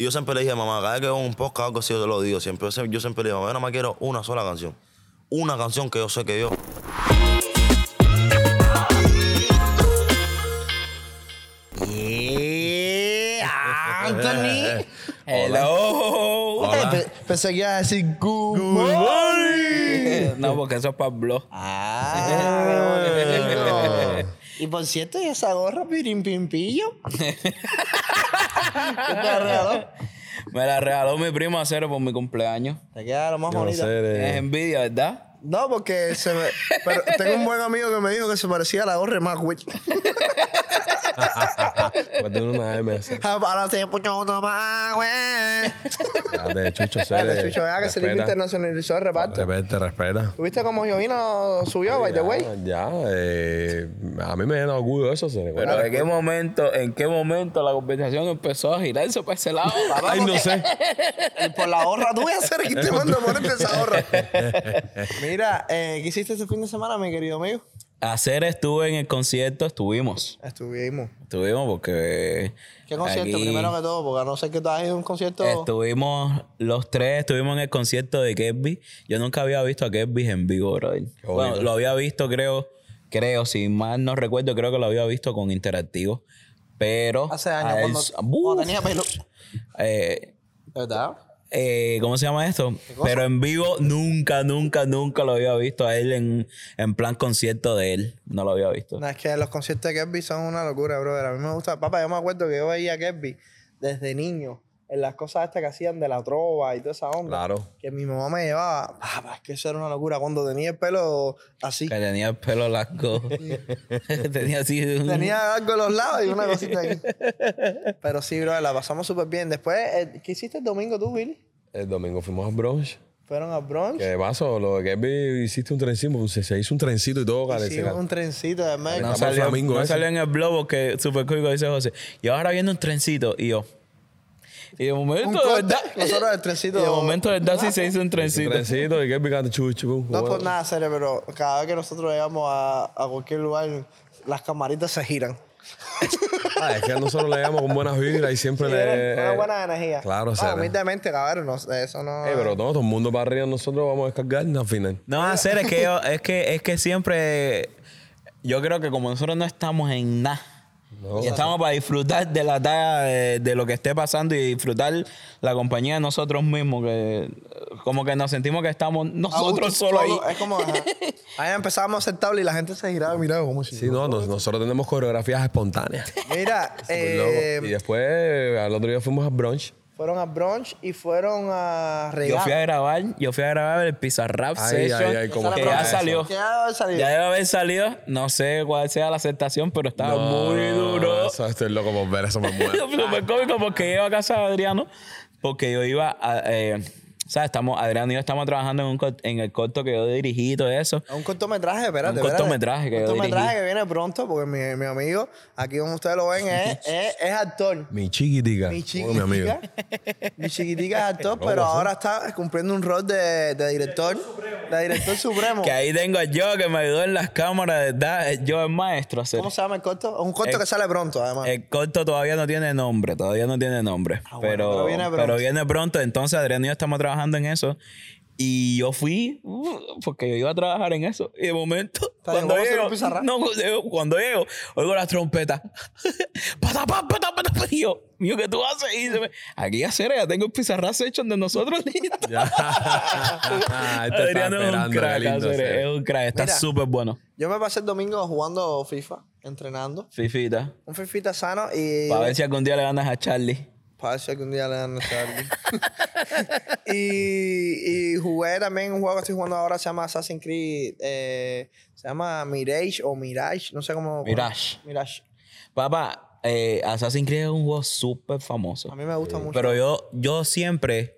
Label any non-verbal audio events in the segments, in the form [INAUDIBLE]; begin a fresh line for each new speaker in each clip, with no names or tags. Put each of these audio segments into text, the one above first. Yo siempre le dije, mamá, cada vez que veo un podcast o algo así, yo te lo digo. Siempre, yo siempre le digo, mamá, yo nada más quiero una sola canción. Una canción que yo sé que yo. [LAUGHS]
Anthony.
Hello.
Hola. Pe- pensé que ibas a decir good, morning.
No, porque eso es Pablo.
Ah, qué bonito. Y por cierto, ¿y esa gorra
[LAUGHS]
pirimpimpillo? ¿Qué te regaló?
Me la regaló mi primo Acero por mi cumpleaños.
Te queda lo más
No
bonito.
sé,
Es
de-
envidia, ¿verdad?
No, porque se me... Pero tengo un buen amigo que me dijo que se parecía a la gorra
[LAUGHS]
de Macwell.
pues tiene una M así.
Ahora se puso una Macwell.
Ah, De Chucho
Dale,
Cere.
Chucho, vea que se le
Respeta.
internacionalizó el reparto.
Respeta, respeta.
¿Viste cómo Jovino subió, by the way?
Ya, eh, a mí me llena de orgullo eso, se
Pero ¿en qué momento, en qué momento la conversación empezó a girarse para ese lado?
Ay, [LAUGHS] no sé.
Por la gorra, tú voy a hacer
[LAUGHS]
que te mando este a ponerte esa gorra. Mira, eh, ¿qué hiciste ese fin de semana, mi querido amigo?
Hacer estuve en el concierto, estuvimos.
Estuvimos.
Estuvimos porque.
¿Qué concierto?
aquí
Primero que todo, porque a no ser que tú hayas ido a un concierto.
Estuvimos los tres, estuvimos en el concierto de Kirby. Yo nunca había visto a Kirby en vivo, brother. Bueno, lo había visto, creo, creo, si mal no recuerdo, creo que lo había visto con Interactivo. Pero.
Hace años,
a él-
cuando,
¡Buf!
cuando tenía pelo.
Eh,
¿Verdad?
eh, ¿Cómo se llama esto? Pero en vivo nunca, nunca, nunca lo había visto a él en, en plan concierto de él. No lo había visto.
No, es que los conciertos de Kirby son una locura, brother. A mí me gusta. Papá, yo me acuerdo que yo veía a Kirby desde niño. En las cosas estas que hacían de la trova y toda esa onda.
Claro.
Que mi mamá me llevaba. Papá, es que eso era una locura. Cuando tenía el pelo así.
Que tenía el pelo largo. [LAUGHS] tenía así. un-
Tenía algo en los lados y una
[LAUGHS]
cosita aquí. Pero sí, bro, la pasamos súper bien. Después, eh, ¿qué hiciste el domingo tú, Billy?
El domingo fuimos al brunch.
Fueron a brunch.
Que de paso, lo de Kirby hiciste un trencito, pues, se, se hizo un trencito y todo, cara.
Hicimos un trencito de México.
No
Estamos
salió,
flamingo
no
ese.
salió en el blog porque Super Código dice José. Y ahora viene un trencito. Y yo. Y de momento,
Un
de
corte.
verdad.
Nosotros el trencito-
Y de momento, de verdad, sí se hizo un trencito.
trencito y Kirby canta chuchu.
No es por nada serio, pero cada vez que nosotros llegamos a, a cualquier lugar, las camaritas se giran.
[LAUGHS] Ah, es que nosotros le damos con buenas vibras y siempre le.
Una buena energía. Ah,
Claro,
sí.
será.
Humildemente, cabrón, no, eso no.
Eh, pero no, todo el mundo para arriba, nosotros vamos a descargar al final.
No va a ser, es que, yo- es que, es que siempre. Yo creo que como nosotros no estamos en nada. y estamos para disfrutar de la talla de, de lo que esté pasando y disfrutar la compañía de nosotros mismos. Que, eh, como que nos sentimos que estamos
A gusto,
nosotros solos ahí.
Es como. ajá. [LAUGHS] Ahí empezamos a hacer tabla y la gente se giraba y miraba como si.
Sí, no, nos- nosotros tenemos coreografías espontáneas.
Mira,
[LAUGHS]
Muy loco.
Em,
eh,
y después, eh, al otro día fuimos a brunch.
fueron a brunch y fueron a
Yo
regalar.
fui a grabar, yo fui a grabar el Pizarrap
Ay,
Session,
ay, ay, como
que
que
ya
eso.
salió.
¿Qué ha salido?
Ya debe haber salido, no sé cuál sea la aceptación, pero estaba Ah, muy duro.
Eso, estoy loco por ver eso,
[LAUGHS]
me muero.
Súper cómico porque yo a casa de Adriano, porque yo iba a... eh, ¿Sabes? Estamos, Adriano y yo estamos trabajando en, un cort- en el corto que yo dirigí y todo eso.
A Un cortometraje, espérate.
Un
espérate.
cortometraje que
Un
yo
cortometraje
dirigí.
que viene pronto, porque mi, mi amigo, aquí como ustedes
[LAUGHS]
lo ven, es, es, es actor.
Mi chiquitica.
Mi
Oh, mi amigo.
chiquitica,
[LAUGHS]
mi chiquitica es
Oh,
actor, pero ahora está cumpliendo un rol de, de director, de director supremo.
[LAUGHS] Que ahí tengo yo que me ayudó en las cámaras, ¿verdad? Yo el maestro. a hacer.
¿Cómo se llama el corto? Es un corto
Eh,
que sale pronto, además.
El corto todavía no tiene nombre, todavía no tiene nombre.
Ah, bueno,
pero,
pero
pero,
viene
viene
pronto.
pronto. Entonces, Adrián y yo estamos trabajando en eso. Y yo fui, uh, porque yo iba a trabajar en eso. Y de momento,
Está bien,
cuando
vamos a hacer
llego,
un pizarra.
no, yo- cuando llego, oigo las trompetas. [LAUGHS] Pata, pa, pata, pata, pata. Y yo, mío, ¿qué tú haces? Y se me, aquí hacer, ya tengo el pizarrazo hecho de nosotros. [LAUGHS] listo.
[LAUGHS] [LAUGHS] Este está
Adriano es un
esperando,
crack,
qué lindo
Acere,
sea.
es un crack, está
Mira.
súper bueno.
Yo me pasé el domingo jugando FIFA, entrenando.
Fifita.
Un fifita sano y.
Para ver si algún día le ganas a Charlie.
Para ver si algún día le dan nuestra alguien. [LAUGHS] y, y jugué también un juego que estoy jugando ahora, se llama Assassin's Creed. eh, se llama Mirage o Mirage, no sé cómo.
Mirage.
Mirage.
Papá, eh, Assassin's Creed es un juego súper
A
famoso.
mí me gusta mucho.
Pero yo, yo siempre,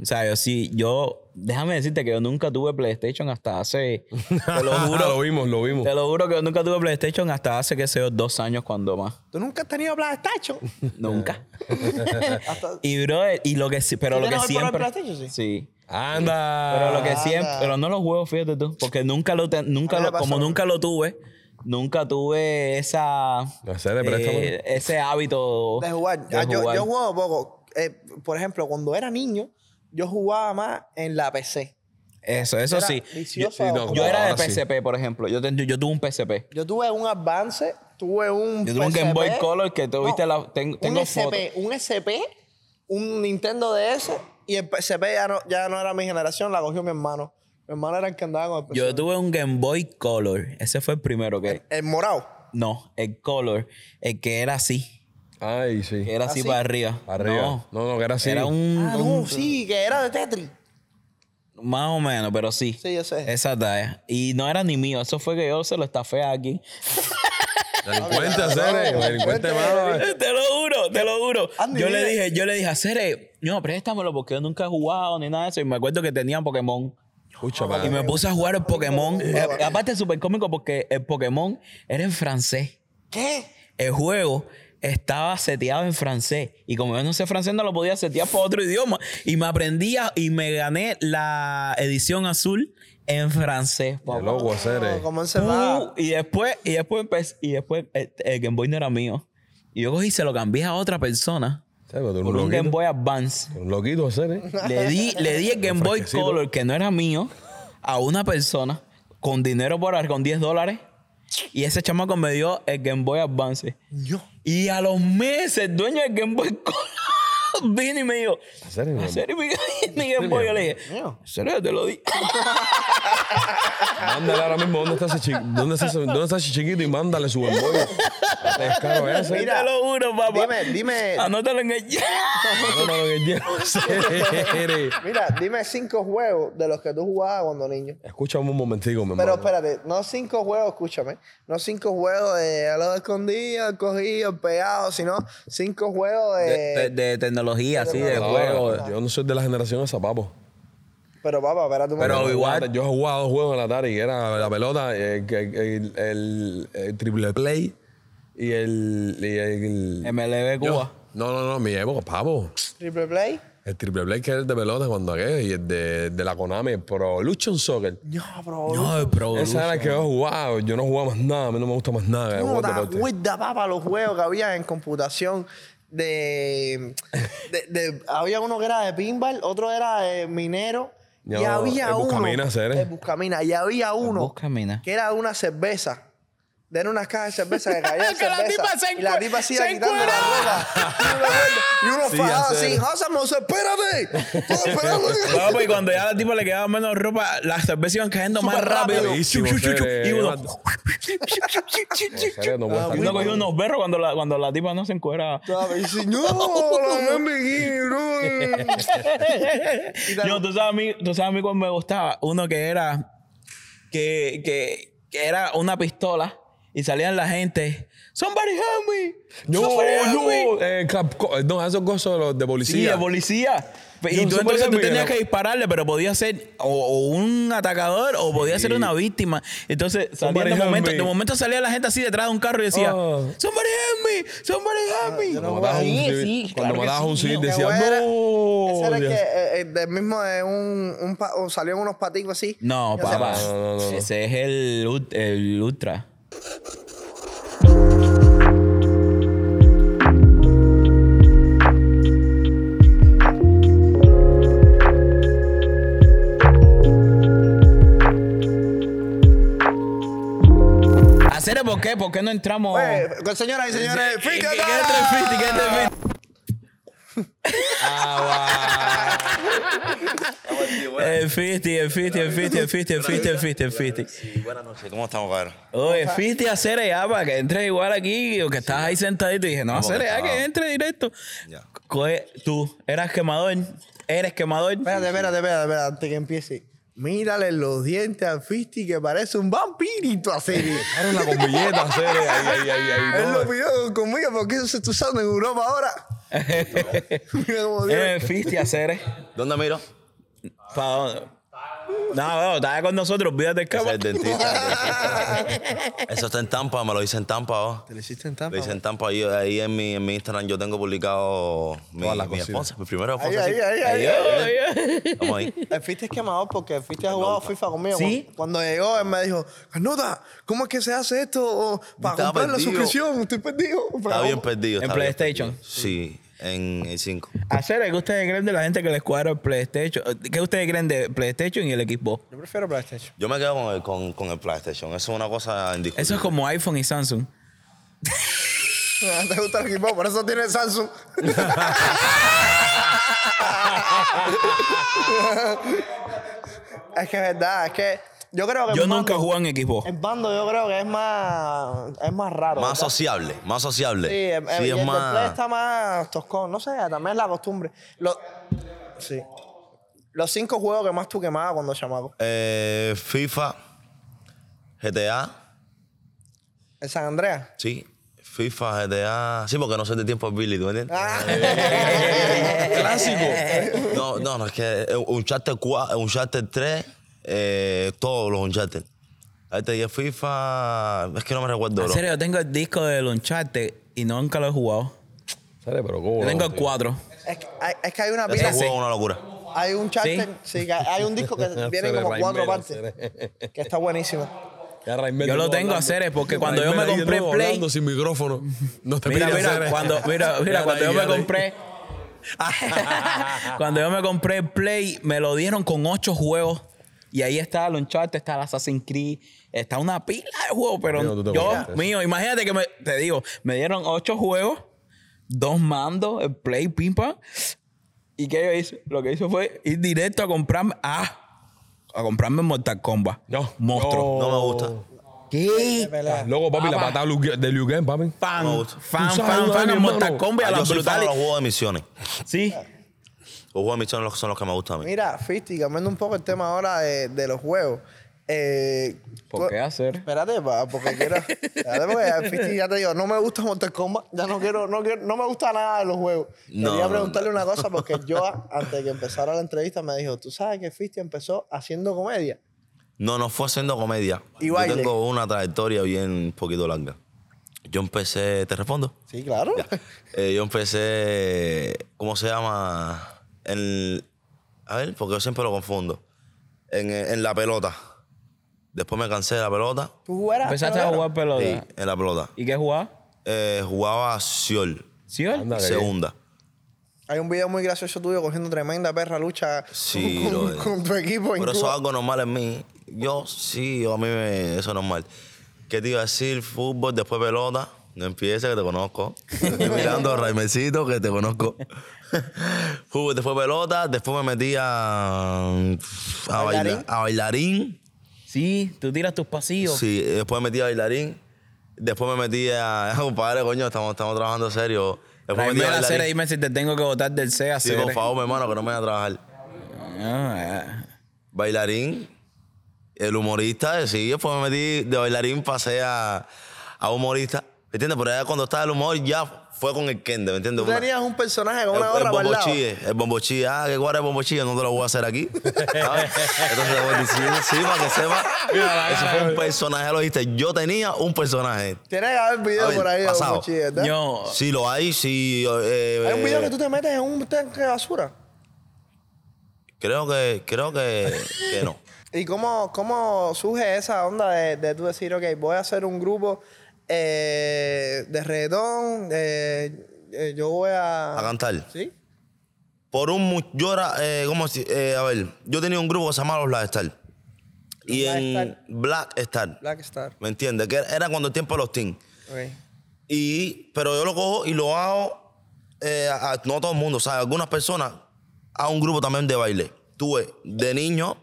o sea, yo sí, yo, déjame decirte que yo nunca tuve PlayStation hasta hace, te lo juro,
Ah, lo vimos, lo vimos.
te lo juro que yo nunca tuve PlayStation hasta hace, que sé yo, dos años cuando más.
¿Tú nunca has tenido
[LAUGHS]
PlayStation? [LAUGHS]
Nunca.
Hasta-
y brother, y lo que, sí- pero
¿Tú
lo que
tienes hoy por hoy
siempre.
PlayStation, sí?
Ah, Anda.
Pero lo que siempre,
Anda.
pero no lo juego, fíjate tú, porque nunca lo, ten-
A
nunca
mí me
lo- como
pasó.
nunca lo tuve, nunca tuve esa, eh,
Hacerle préstamo.
ese hábito
de jugar. Ah, yo,
jugar.
yo jugaba poco. Eh, por ejemplo, cuando era niño, yo jugaba más en la PC.
Eso, eso
Era
sí.
vicioso
Sí, no,
a-
Yo era de
Ahora sí.
PSP, por ejemplo. Yo, ten- yo tuve un PSP.
Yo tuve un Advance, tuve un.
Yo tuve un Game Boy
PSP,
Color que tú viste la- ten- tengo
un SP, un SP, un Nintendo DS y el PSP ya no, ya no era mi generación, la cogió mi hermano. Mi hermano era el que andaba con el PSP.
Yo tuve un Game Boy Color. Ese fue el primero que.
El morado.
Eh, No, el Color. El que era así.
Ay, sí.
Que era así,
¿Así?
para arriba.
Arriba. No, no, que era así.
eh, Era un.
Ah, no,
un-
sí, que era de Tetris.
Más o menos, pero sí.
Sí, yo sé.
Esa talla. Y no era ni mío. Eso fue que yo se lo estafé a
[LAUGHS]
alguien.
Delincuente, hacer. Delincuente malo. eh.
Te lo juro, te lo juro.
Andy,
yo le
dile.
dije, yo le dije, Cere, no, préstamelo porque yo nunca he jugado ni nada de eso. Y me acuerdo que tenían Pokémon.
Escucha,
Y me
mano.
puse a jugar el Pokémon. Eh, Aparte, es súper cómico porque el Pokémon era en francés.
¿Qué?
El juego estaba seteado en francés. Y como yo no sé francés, no lo podía setear para otro idioma. Y me aprendía y me gané la edición azul en francés. papá.
Qué loco, hacer. eh.
¿Cómo se
Uh,
va?
y después, y después, empecé- y después el, el Game Boy no era mío. Y yo cogí y se lo cambié a otra persona.
¿Sabes? Tú eres
Por
un
un Game
loquito.
Boy Advance.
Un loquito, hacer,
[LAUGHS]
eh.
Le di, le di el Game Boy
fresquecito.
Color, que no era mío, a una persona con dinero por ahí, con 10 dólares. Y ese chamaco me dio el Game Boy Advance. Y a los meses, el dueño del Game Boy Color [LAUGHS] vino y me dijo:
Hacer,
¿En serio mi, mi Game Boy? Yo le dije: ¿En serio? Yo te lo di. [LAUGHS]
Mándale ahora mismo dónde está ese chiquito, dónde está, ese- dónde está ese chiquito y mándale su Game Boy. Este descaro ese.
Mira,
te lo juro, papá.
Dime, dime,
Anótalo en el. [LAUGHS]
No, no, no, que llevo, hacer.
mira, dime cinco juegos de los que tú jugabas cuando niño.
Escúchame un momentico, mi
Pero
hermano.
espérate, no cinco juegos, escúchame. No cinco juegos de lo escondido, el cogido, el pegado, sino cinco juegos de.
de, de tecnología, así, de
Ah,
juego.
Yo no soy de la generación esa, papo.
Pero papá, espérate un
Pero
momento.
igual.
Yo jugaba dos juegos en la Atari, que era la pelota, el, el- el- el- el triple play y el... y el-
MLB Cuba.
No, no, no, mi época, papo.
Triple play.
El triple play que era el de pelota cuando aquel, y el de, de la Konami, el Pro Luchon Soccer.
No, bro.
No, el Pro
Esa era la que yo jugaba, yo no jugaba más nada, a mí no me gusta más nada. que
¿Cómo
jugar
te
deporte.
acuerdas, papá, los juegos que había en computación? De, de, de- Había uno que era de pinball, otro era de minero.
Ya,
y había
el
uno.
Buscaminas, ¿eh?
El Buscamina. Y había uno.
Buscaminas.
Que era de una cerveza. De era unas cajas de cerveza que caía en cerveza. y la tipa se iba quitando la ropa. Y uno
Sí,
fajado
ya sé.
así. José Mose, espérate. Estoy
No,
esperando.
pues cuando ya al tipo le quedaba menos ropa, las cervezas iban cayendo más
Súper
rápido.
rápido.
Chu, chu, chu, chu. Y uno,
En serio, no puedo estar-
y uno cogía unos berros cuando la, cuando la tipa no se encueraba.
Y si
[LAUGHS]
no, la en bikini, bro.
Yo, tú sabes a mí, tú sabes a mí cuál me gustaba. Uno que era. Que, que, que era una pistola y salían la gente. ¡Somebody help me!
Yo,
Somebody help me".
yo, eh, Capcom- no, esos gozos de los de
Sí,
policía.
de policía. Y
Yo,
tú
súper
entonces tú
rápido,
tenías
¿no?
que dispararle, pero podía ser o, o un atacador o podía ser una víctima. Entonces, salía
Somebody
de
help
momento,
me.
de momento salía la gente así detrás de un carro y decía,
Oh.
somebody help me, somebody
Ah,
help me.
Cuando matabas a un
Sí,
civil,
sí,
cuando
claro que
matabas a un
sí.
civil
Qué
decías,
buena.
no.
Ese era el que
Dios".
eh, eh, del mismo de un, un pa- o salió en unos paticos así.
No,
Y hacía-
papá,
No, no, no, no.
ese es el, ult- el ultra. serio, ¿por qué? ¿Por qué no entramos?
Pues, con señoras y señores,
Eh,
Freaky
que- que
Attack.
entre Fiti, que entre Fiti.
Ah,
El Fiti, el Fiti, el Fiti, el Fiti, el Fiti, el Fiti, el Fiti.
Sí, buenas noches. ¿Cómo estamos, cabrón?
Oye, Fiti a Cere ya para que entre igual aquí, o que estás ahí sentadito. Y dije, no,
Vamos,
Cere ya
vamos.
que entre directo.
Ya.
Coge, tú, eras quemador, eres quemador.
Espérate, espérate, espérate, espérate, antes que empiece. Mírale los dientes al Fisty que parece un vampirito
[LAUGHS]
a serie.
Ahora la con [LAUGHS] billetas, serio. Ahí, ahí, ahí, ahí.
Él
todo.
lo pidió conmigo porque eso se está usando en Europa
[LAUGHS]
ahora. Mira cómo tiene.
Eh, Fiti a Cere.
¿Dónde miro?
¿Para dónde? No, no, estaba con nosotros, olvídate el
Ese
cama.
es el dentista. Eso está en Tampa, me lo hice en Tampa. oh.
Te lo hiciste en
Lo
tapa.
hice en Tampa. Yo, ahí en mi, en mi Instagram yo tengo publicado mi,
Todas las
mi
cositas.
esposa, mi primera
Ahí,
esposa.
ahí,
sí.
ahí, ahí, ahí.
Estamos ahí.
El Fisty es quemador Eh, porque el Fisty ha jugado FIFA conmigo.
¿Sí?
Cuando- Cuando llegó, él me dijo, Carnota, ¿cómo es que se hace esto O, para
Estaba
comprar la
perdido.
suscripción? Estoy perdido.
Está bien perdido.
¿En
está bien
PlayStation?
perdido. Sí, en el 5.
A Cere, ¿qué ustedes creen de la gente que les cuadra el PlayStation? ¿Qué ustedes creen de PlayStation y el Xbox?
Yo prefiero [LAUGHS] PlayStation.
Yo me quedo con el, con, con el PlayStation. Eso es una cosa indiscutible.
Eso es como iPhone y Samsung.
Ah, Te gusta el equipo, por eso tiene Samsung. es que es verdad, es que yo creo que.
Yo
en
nunca
bando-
jugué en Xbox.
En bando yo creo que es más. Es más raro.
Más
¿verdad?
sociable, más sociable.
Sí, em- em- y
es
el play
más.
está más toscón. No sé, también es la costumbre. Lo- sí. Los cinco juegos que más tú quemabas cuando chamaco.
Eh, FIFA, GTA,
El San Andreas.
sí. FIFA, GTA. Sí, porque no sé de tiempo a Billy, ¿tú entiendes? [LAUGHS]
Clásico.
No, no, no, es que eh, un charter 4, un 3, eh, todos los Uncharted. Ahí te dije FIFA, es que no me recuerdo,
En
bro.
serio, yo tengo el disco de Uncharted y nunca lo he jugado.
Serio, pero cómo.
Yo tengo el
no?
4.
Es que, hay, es que hay una
Ese
pila.
juego es una locura.
Hay un charter. Sí, que hay un disco
[LAUGHS]
que viene
Hacer
como
el
cuatro
Raimundo,
partes.
hacer-
Que está buenísimo.
Ya, Raimundo,
Yo lo
no
tengo,
hablando.
Ceres, porque cuando yo me
Raimundo ahí de
compré
nuevo
Play-
hablando sin micrófono. No te eh.
Mira,
pidas,
mira,
Ceres.
cuando,
[LAUGHS]
mira, mira,
Ya
cuando
ahí,
yo me
ya ahí.
compré. [LAUGHS] cuando yo me compré el Play, me lo dieron con ocho juegos. Y ahí está el Uncharted, está el Assassin's Creed, está una pila de juegos, pero
Mío, tú te
yo,
compraste eso.
mío, imagínate que me, te digo, me dieron ocho juegos, dos mandos, el Play, pimpa. ¿Y qué yo hice? Lo que hice fue ir directo a comprarme, ah, a comprarme Mortal Kombat.
No.
Monstruo.
No me
Oh.
gusta.
¿Qué?
Luego, papi, la
Papá.
patada Lu- de Liu Kang, papi.
Fan,
No me gusta.
fan,
Tú
fan,
sabes,
fan,
Dani,
a
hermano.
Mortal Kombat y a
Ah, yo
las
soy fan de
brutales.
los juegos de misiones.
Sí.
Los juegos de misiones son los que me gustan a mí.
Mira, Fisti, cambiando un poco el tema ahora de, de los juegos. Eh,
¿Por
tú-
qué hacer?
Espérate, pa, porque quiero. Espérate, porque ya, Fisti, ya te digo, no me gusta Mortal Kombat, ya no quiero, no quiero, no me gusta nada de los juegos.
No,
Quería
no,
preguntarle una cosa, porque yo,
[LAUGHS]
a- antes de que empezara la entrevista, me dijo, ¿tú sabes que Fisti empezó haciendo comedia?
No, no fue haciendo comedia.
Y
yo
baile.
tengo una trayectoria bien un poquito larga. Yo empecé, ¿te
[LAUGHS]
respondo?
Sí, claro.
Ya. Eh, yo empecé, ¿cómo se llama? En, a ver, porque yo siempre lo confundo. En, en la pelota. Después me cansé de la pelota.
Tú eras.
Empezaste a
pero-
jugar pelota.
Sí, en la pelota.
¿Y qué jugabas?
Eh, jugaba Siol,
¿Sí o
Anda, que-
segunda.
Hay un video muy gracioso tuyo cogiendo tremenda perra lucha
Sí,
con,
brother.
con tu equipo. en
Pero eso
Cuba.
es algo normal en mí. Yo sí, yo a mí me- eso es normal. ¿Qué te iba a decir? Fútbol, después pelota. No empieces, que te conozco. Estoy mirando a Raimecito, que te conozco. [LAUGHS] Fútbol, después pelota. Después me metí a, a,
¿Bailarín?
baila- a bailarín.
Sí, tú tiras tus pasillos.
Sí, después me metí a bailarín. Después me metí a... [LAUGHS] Compadre, coño, estamos, estamos trabajando serio. Después me metí a
Raimel Acera,
bailarín.
dime si te tengo que votar del C a
Sí,
Cere.
por favor, mi hermano, que no me vayan a trabajar.
Ah,
bailarín, el humorista, eh, sí, después me metí de bailarín, pasé a, a humorista. ¿Me entiendes? Por allá cuando estaba el humor ya fue con el Kende, ¿me entiendes?
Tú
Una-
tenías un personaje con
el,
una
el
gorra para el lado.
bombochille, el bombochille. Ah, que guarda el bombochille, no te lo voy a hacer aquí. ¿sabes? Entonces te voy diciendo, sí, para que sepa. Eso fue un personaje, lo dijiste. Yo tenía un personaje.
Tiene que haber video
A ver,
por ahí de
pasado.
Bochi, ¿verdad?
Yo,
Si lo hay, si... eh,
Hay un video que tú te metes en un tanque de basura.
Creo que, creo que, que no.
¿Y cómo, cómo surge esa onda de, de tú decir, ok, voy a hacer un grupo eh, de reggaetón, eh, eh, yo voy a...
A cantar.
¿Sí?
por un mu- yo era eh, cómo si- eh, a ver yo tenía un grupo que se llamaba los Blackstar y
Black
en
Star.
Black Star.
Black Star.
¿Me entiendes? Que era cuando el tiempo de los teams.
Ok.
Y, pero yo lo cojo y lo hago, eh, a, a- no todo el mundo, o sea, algunas personas, a un grupo también de baile. Tuve de niños,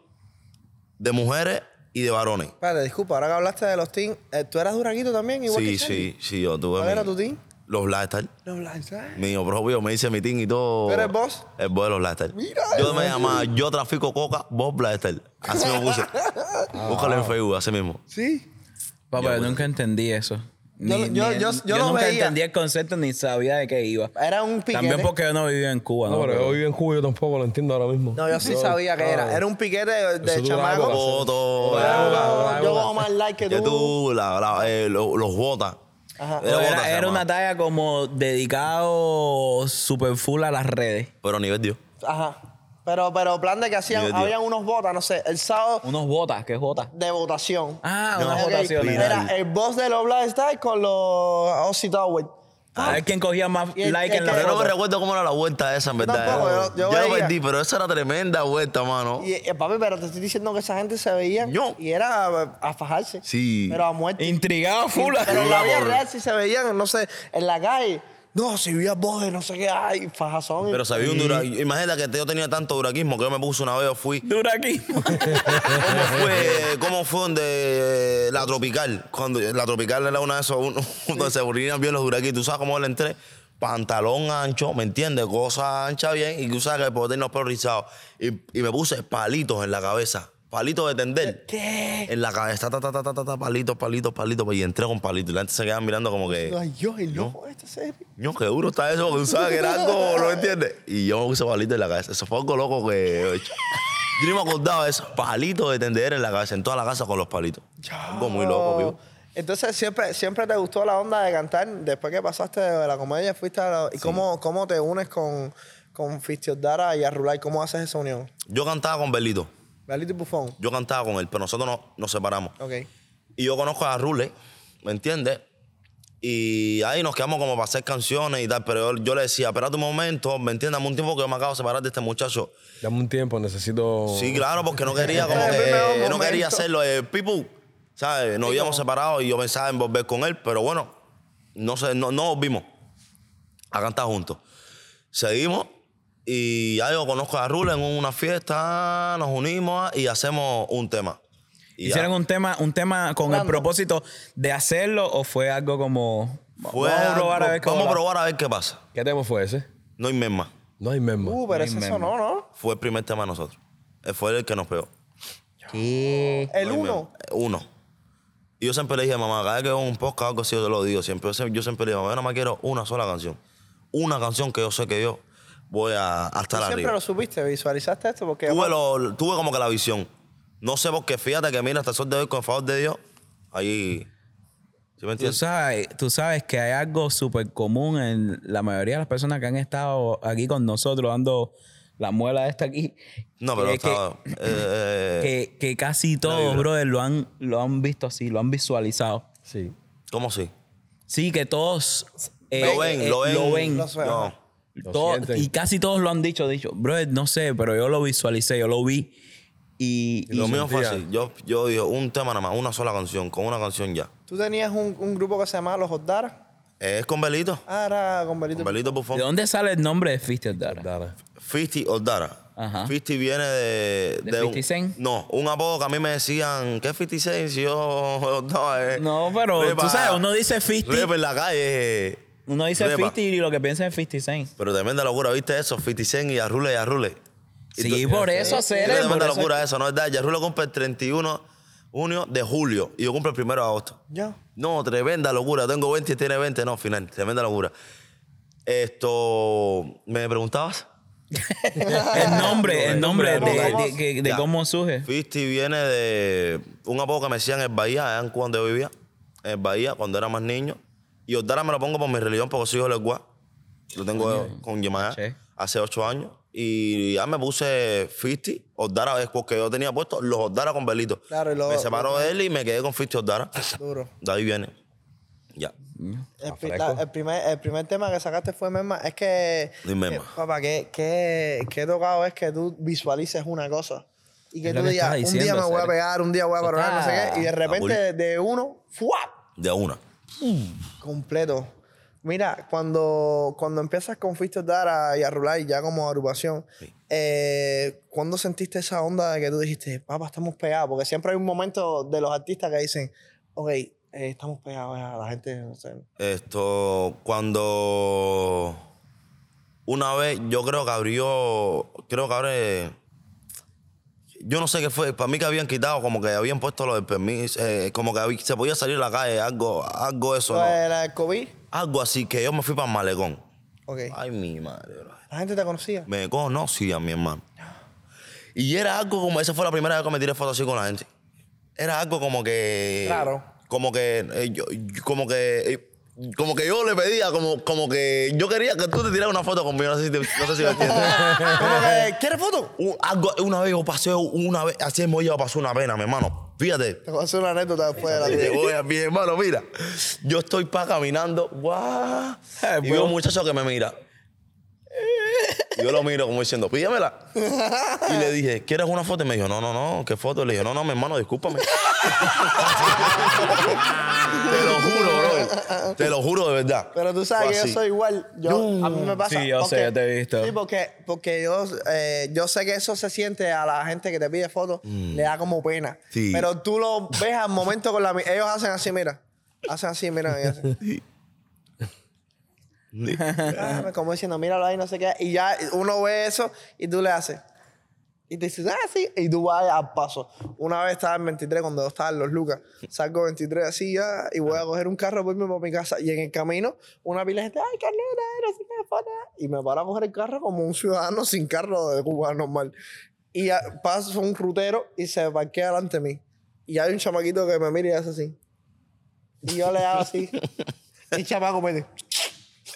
de mujeres y de varones.
Espérate, disculpa, ahora que hablaste de los teams, eh, ¿tú eras duraquito también? Igual que
Sí,
Charlie?
sí, sí, yo tuve.
¿Cuál
mi-
era tu team?
Los Black Star.
Los Black Star.
Mío propio, me hice mi team y todo.
¿Tú eres boss?
El boss de los Blaster.
Mira
yo
eso.
me llamaba, yo trafico coca, Bob Blaster. Así me
[LAUGHS]
puse. Búscalo en Facebook, así mismo.
Sí.
Papá, yo nunca entendí eso.
Yo-
Ni-
yo-
ni-
yo- yo lo
nunca
veía.
entendí el concepto ni sabía de qué iba.
Era un piquete.
También porque yo no vivía en Cuba.
No,
¿no?
pero yo vivo en Cuba, yo tampoco lo entiendo ahora mismo.
No, yo sí sabía que era. Era un piquete de, de
Eso duraba
chamaco.
poco.
Foto.
Bravo, bravo,
Yo
bravo.
yo cojo más like que
Que
tú.
tú, la- la- eh, lo- los botas.
Ajá.
Pero
botas,
era,
se
era
llamaba.
una talla como dedicado super full a las redes.
Pero a nivel Dios.
Ajá. Pero, pero plan de que hacían,
Dios, Dios.
habían unos botas, no sé, el sábado
Unos botas, ¿qué botas?
de votación.
Ah,
Ok,
unas votaciones.
Era el boss de los Black Stars con los Ozzy Tower.
A ver quién cogía más
Y el-
like
el
en
que-
la
Pero no me
foto.
recuerdo cómo era la vuelta esa, en verdad.
tampoco, yo- yo
ya lo
veía.
perdí, pero esa era tremenda vuelta, mano.
Y, eh, papi, pero te estoy diciendo que esa gente se veía
Yo.
y era a, a fajarse.
Sí.
Pero a muerte.
Intrigado full.
Pero en la vida
Labor.
real sí se veían, no sé, en la calle. No, si vi a voces, no sé qué, ay, fajazón.
Pero sabía un dura. Imagínate que yo tenía tanto duraquismo que yo me puse una vez, yo fui.
Dura aquí.
¿Cómo fue, cómo fue donde eh, la tropical? Cuando la tropical era una de esos, uno, donde se reunían bien los duraquis. Tú sabes cómo le entré. Pantalón ancho, ¿me entiendes? Cosa ancha bien. Y tú sabes que puedo tener los pelos rizados. Y, y me puse palitos en la cabeza. Palitos de tender.
¿Qué?
En la cabeza, ta, ta, ta, ta, ta, ta, palitos, palitos, palitos. pues, Y entré con palitos. Y la gente se quedaba mirando como que.
Ay, yo, pues, el loco de esta serie.
Ño, qué duro está eso, porque tú sabes que era algo, ¿no entiendes? Y yo me puse palito en la cabeza. Eso fue algo loco que. Yo no me acordaba de esos palitos de tender en la cabeza, en toda la casa con los palitos. Algo muy loco, vivo.
Entonces, siempre, siempre te gustó la onda de cantar. Después que pasaste de la comedia, fuiste a la- ¿Y cómo, cómo te unes con, con Fistiodara y Arrulay? ¿Cómo haces esa unión?
Yo cantaba con Belito,
Belito y Bufón.
yo cantaba con él, pero nosotros no, nos separamos.
Ok.
Y yo conozco a Rule, ¿me entiendes? Y ahí nos quedamos como para hacer canciones y tal, pero yo, yo le decía, espérate un momento, ¿me entiendes? Dame un tiempo que yo me acabo de separar de este muchacho.
Dame un tiempo, necesito.
Sí, claro, porque no quería como
Espérame, espérame un
que no
momento.
quería hacerlo. Eh, Pipu, ¿sabes? Nos habíamos separado y yo pensaba en volver con él, pero bueno, no sé, no, no volvimos a cantar juntos. Seguimos y ya yo conozco a Rula en una fiesta, nos unimos y hacemos un tema. Y ya.
Hicieron un tema, un tema con el
Random.
propósito de hacerlo o fue algo como.
Fue
vamos a
algo-
probar a ver cómo
vamos a
la-
probar a ver qué pasa.
¿Qué tema fue ese?
No hay más.
No hay memo.
Uh, pero ese sonó, ¿no?
Fue el primer tema de nosotros. Eh, Fue el que nos pegó.
El
Ay,
uno.
me- Uno. Y yo siempre le dije a mamá, cada vez que veo un podcast o algo así, yo te lo digo siempre. Yo siempre, yo siempre le digo, mamá, yo nada más quiero una sola canción. Una canción que yo sé que yo voy a, a
Tú
estar
siempre
arriba.
lo supiste, visualizaste esto porque...
Tuve, lo- tuve como que la visión. No sé por qué, fíjate que mira, hasta el sol de hoy, con el favor de Dios, ahí... ¿Sí me
Tú
entiendes?
sabes, tú sabes que hay algo súper común en la mayoría de las personas que han estado aquí con nosotros dando la muela de esta aquí.
No, pero
que, que-
estaba... eh, eh,
que, que casi todos,
vibra.
brother, lo han, lo han visto así, lo han visualizado.
Sí.
¿Cómo sí?
Sí, que todos eh,
lo ven,
eh,
lo ven.
Lo suena.
No.
Lo
Todo-
sienten.
y casi todos lo han dicho, dicho, brother, no sé, pero yo lo visualicé, yo lo vi. Y, y-
Lo mío fue
sentía.
así. Yo, yo dije, un tema nada más, una sola canción, con una canción ya.
Tú tenías un, un grupo que se llamaba Los Hordara.
Es con Belito.
Ah, era con Belito.
Con Belito Bufón.
¿de dónde sale el nombre de Fisted Dara?
Dara.
50 Ordara.
Ajá.
50 viene de.
¿De
un-
50 Cent?
no, un apodo que a mí me decían, ¿qué es 50 Cent? Si yo. [LAUGHS] No, eh,
No, pero tú sabes, uno dice 50.
Rep en la calle. eh.
Uno dice
Repa.
50 y lo que piensa es 50 Cent.
Pero tremenda locura, ¿viste eso? 50 Cent y Arrule y Arrule. Y
Sí,
tú-
por eso,
Es
Cere. por
tremenda [LAUGHS]
eso-
locura eso, ¿no es verdad? Y Arrule cumple el 31 junio de julio y yo cumplo el 1 de agosto.
Ya.
No, tremenda locura. Tengo 20 y tiene 20. No, final. Tremenda locura. Esto. ¿Me preguntabas?
El nombre, el nombre
Nombre,
de, de-
nombre.
de- que- de
Ya.
cómo surge.
50 viene de un apodo que me decían en Bahía, allá en cuando yo vivía, en Bahía, cuando era más niño. Y Ordara me lo pongo por mi religión, porque soy hijo del Guá. Lo tengo con Yemaya
Sí.
hace ocho años. Y ya me puse 50, Ordara, es porque yo tenía puesto los Ordara con Belito.
Claro, y lo-
me separó de él y me quedé con 50 Ordara.
Duro.
De ahí viene. Ya.
El, pri- la- el primer, el primer tema que sacaste fue Mema. Es que.
Ni Mema.
eh, papá, qué, qué, qué tocado es que tú visualices una cosa. Y que
Es
tú
lo que
digas,
estaba
un
diciendo,
día me voy a
Cere.
pegar, un día voy a
Eso
coronar, no sé
está-
qué. Y de repente,
está
de, de uno, ¡fuap!
De una.
completo. Mira, cuando, cuando empiezas con Fuiste Dara y a rular ya como agrupación, eh, ¿cuándo sentiste esa onda de que tú dijiste, papá, estamos pegados? Porque siempre hay un momento de los artistas que dicen, ok, eh, estamos pegados, ya, la gente, no sé.
Esto, cuando una vez yo creo que abrió, creo que abre, yo no sé qué fue, para mí que habían quitado, como que habían puesto lo del permiso, eh, como que habí- se podía salir a la calle, algo, algo eso, ¿no?
¿Era el COVID?
algo así, que yo me fui para el malecón.
Ok.
Ay, mi madre, bro.
La gente te conocía.
Me conocía, mi hermano. Y era algo como, esa fue la primera vez que me tiré fotos así con la gente. Era algo como que.
Claro.
Como que. eh, yo- yo- como que. eh, como que yo le pedía, como, como que yo quería que tú te tiraras una foto conmigo. No sé si, te- no sé si me entiendes.
Ah,
Como
eh,
que, [LAUGHS] ¿Quieres foto?
Un- algo- una vez yo pasé, una vez, así hemos ido a pasar una pena, mi hermano. Fíjate.
Te voy a hacer una anécdota después de la
Te
[LAUGHS]
voy a mi hermano, mira. Yo estoy pa' caminando. guau,
Eh,
y
pero-
veo un muchacho que me mira. Y yo lo miro como diciendo, pídamela. Y le dije, ¿quieres una foto? Y me dijo, no, no, no, ¿qué foto? Le dije, no, no, mi hermano, discúlpame. te lo juro, bro. Te lo juro de verdad.
Pero tú sabes
Fue
que yo
así.
soy igual. Yo, a mí me pasa.
Sí, yo sé,
porque-
yo te he visto.
Sí, porque, porque yo, eh, yo sé que eso se siente a la gente que te pide fotos,
Mm.
le da como pena.
Sí.
Pero tú lo ves al momento con la. mi- Ellos hacen así, mira. Hacen así, mira. y
[LAUGHS]
hacen. Ah, como diciendo, míralo ahí, no sé qué. Y ya uno ve eso y tú le haces. Y te dices, ah, sí. Y tú vas al paso. Una vez estaba en 23, cuando yo estaba en Los Lucas. Salgo 23 así ya y voy a coger un carro voy irme para mi casa. Y en el camino, una pila de gente, ay, Carlota, no sé qué, foto". Y me paro a coger el carro como un ciudadano sin carro de Cuba normal. Y ya paso un rutero y se parquea delante de mí. Y hay un chamaquito que me mira y hace así. Y yo le hago así. y el chamaco me dice...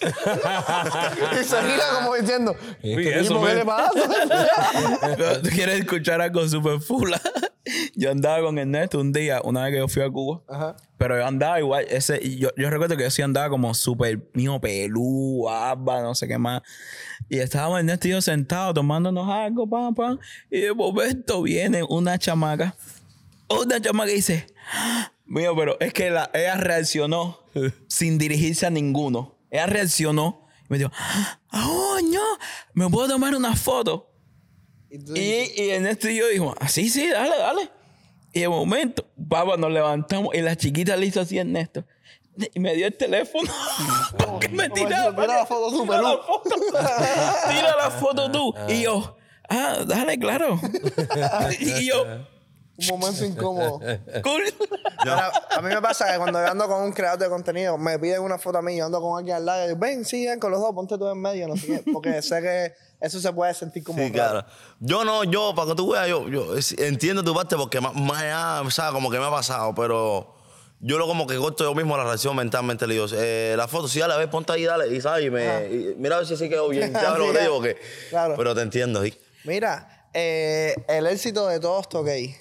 [LAUGHS] y se gira como diciendo, "Este tipo, ¿qué le pasa?
¿Tú quieres escuchar algo súper fula? Yo andaba con Ernesto un día, una vez que yo fui a Cuba.
Ajá.
Pero yo andaba igual, ese, yo, yo recuerdo que yo sí andaba como súper mío pelú, barba, no sé qué más. Y estábamos Ernesto y yo sentados tomándonos algo, pam, pam. Y de momento viene una chamaca, una chamaca y dice, "Ah, mío, pero es que la, ella reaccionó sin dirigirse a ninguno. Ella reaccionó y me dijo, ¡ah, coño! ¿Me puedo tomar una foto?
Y tú
Y, y Ernesto y yo dijimos, así, sí, dale, dale. Y de momento, papá, nos levantamos y la chiquita le hizo así a Ernesto. Y me dio el teléfono. [LAUGHS] porque me
Como
tiraba.
diciendo, "Tira la foto tú,
Tira la
pelú".
foto. Tira la foto tú. Y yo, ah, dale, claro. y yo,
[LAUGHS] un momento incómodo.
cool.
Ahora, a mí me pasa que cuando yo ando con un creador de contenido, me piden una foto a mí, yo ando con alguien al lado, y yo, ven, sí, ven con los dos, ponte tú en medio, no sé qué, porque sé que eso se puede sentir como
Sí,
raro.
claro. Yo no, yo, para que tú veas, yo, yo es- entiendo tu parte porque más, más allá, o sea, como que me ha pasado, pero yo lo como que corto yo mismo la reacción mentalmente. Le digo, eh, la foto, si ya la ves, ponte ahí, dale, y sabes, y me, y mira a ver si sí quedó
[LAUGHS]
bien. ¿Sabes lo que te
Sí,
digo? Que,
claro.
Pero te entiendo, sí.
Mira, eh, el éxito de todos toquéis.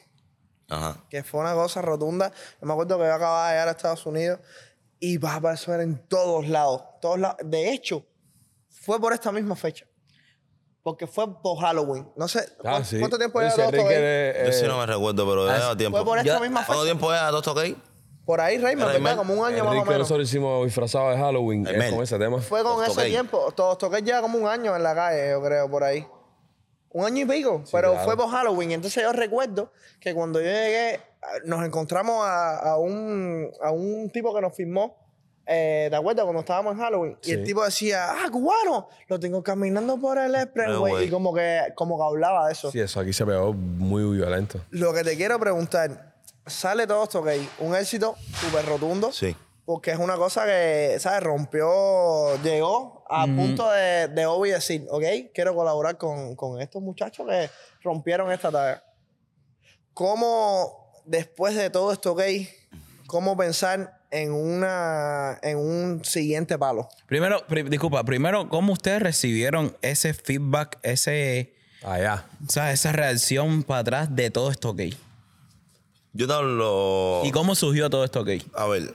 Ajá.
que fue una cosa rotunda. Yo me acuerdo que yo acababa de llegar a Estados Unidos y papá, eso era en todos lados, todos lados. De hecho, fue por esta misma fecha. Porque fue por Halloween. No sé, ¿cuánto, cuánto tiempo era
Ah, Dice
todo
Enrique
esto?
de-
yo sí
eh,
no me recuerdo, pero ya lleva tiempo.
Fue pues por esta
Ya-
misma
¿Cuánto
fecha.
tiempo era Tosto Cake?
Por ahí, Rey, me
Era Imelda.
como un año más o
Enrique y
menos.
nosotros hicimos disfrazado de Halloween eh,
Amen.
con ese tema.
Fue con
Los
ese
toquéis.
tiempo. Todos toqué ya como un año en la calle, yo creo, por ahí. Un año y pico, pero
claro.
fue por Halloween. Entonces yo recuerdo que cuando yo llegué, ah, nos encontramos a, a un, a un tipo que nos firmó. Eh, ¿Te acuerdas? Cuando estábamos en Halloween. Y el tipo decía, ah, cubano, lo tengo caminando por el expressway.
Freeway.
Y como que, como que hablaba de eso.
Sí, eso aquí se pegó muy violento.
Lo que te quiero preguntar, sale todo esto que hay un éxito súper rotundo.
Sí.
Porque es una cosa que, ¿sabes? Rompió, llegó a punto de, de Obi decir, ok, quiero colaborar con, con estos muchachos que rompieron esta tarea. ¿Cómo, después de todo esto gay, cómo pensar en, una, en un siguiente palo?
Primero, pri- disculpa, primero, ¿cómo ustedes recibieron ese feedback, ese,
Allá.
o sea, esa reacción para atrás de todo esto gay?
Yo te hablo.
¿Y cómo surgió todo esto gay?
A ver,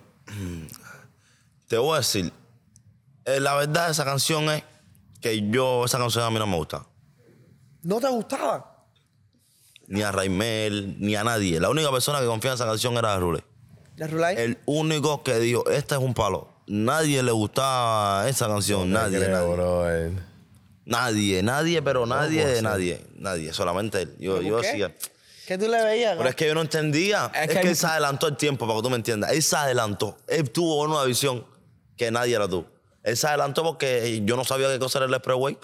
te voy a decir, eh, la verdad de esa canción es que yo, esa canción a mí no me gusta.
¿No te gustaba?
ni a Raimel, ni a nadie. La única persona que confiaba en esa canción era Rule.
¿La Rulay?
El único que dijo, este es un palo. Nadie le gustaba esa canción, nadie, nadie. Nadie, nadie, pero nadie, de nadie, nadie, solamente él. Yo,
¿Pero
yo
por qué?
decía,
¿Qué tú le veías?
pero es que yo no entendía.
Es
Es,
que
que,
hay-
él se adelantó el tiempo, para que tú me entiendas. Él se adelantó. Él tuvo una visión que nadie la tuvo. Él se adelantó porque yo no sabía qué cosa era el expressway.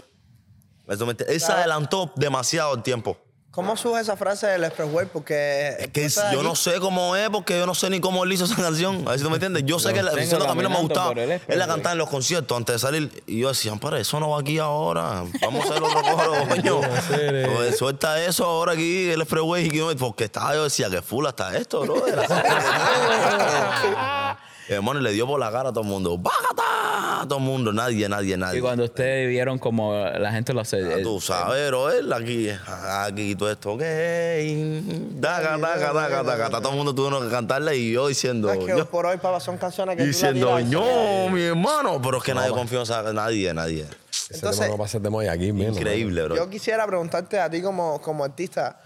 Eso me entiendes? Él se adelantó demasiado el tiempo.
¿Cómo surge esa frase del expressway? Porque...
Es que
cosas de
yo
aquí-
no sé cómo es, porque yo no sé ni cómo él hizo esa canción. A ver si tú me entiendes. Yo sé que la
tengo
canción que a mí no me
caminando
gustaba.
por el este, eh.
Él la
expressway.
cantaba en los conciertos antes de salir. Y yo decía, para eso no va aquí ahora. Vamos a hacer otro coro,
[LAUGHS]
coño.
eh.
Pues, suelta eso ahora aquí, el freeway. Y yo, porque estaba, yo decía, que full hasta esto, bro.
[LAUGHS]
Hermano, y le dio por la cara a todo el mundo. ¡Bájata! Todo el mundo, nadie, nadie, nadie.
Y cuando ustedes vieron como la gente lo hace.
Ah, Tú sabes, pero él aquí, aquí todo esto, que daga, daga, daga, daga. Está todo el mundo tuvieron que cantarle y yo diciendo,
Es que
yo,
por hoy, papá, son canciones que tú la
diciendo,
tiras y-
yo, mi hermano. Pero es que nadie confió, en esa- nadie, nadie.
Entonces-
Entonces, no pasa de aquí, mira.
Increíble, bro.
Yo quisiera preguntarte a ti como, como artista,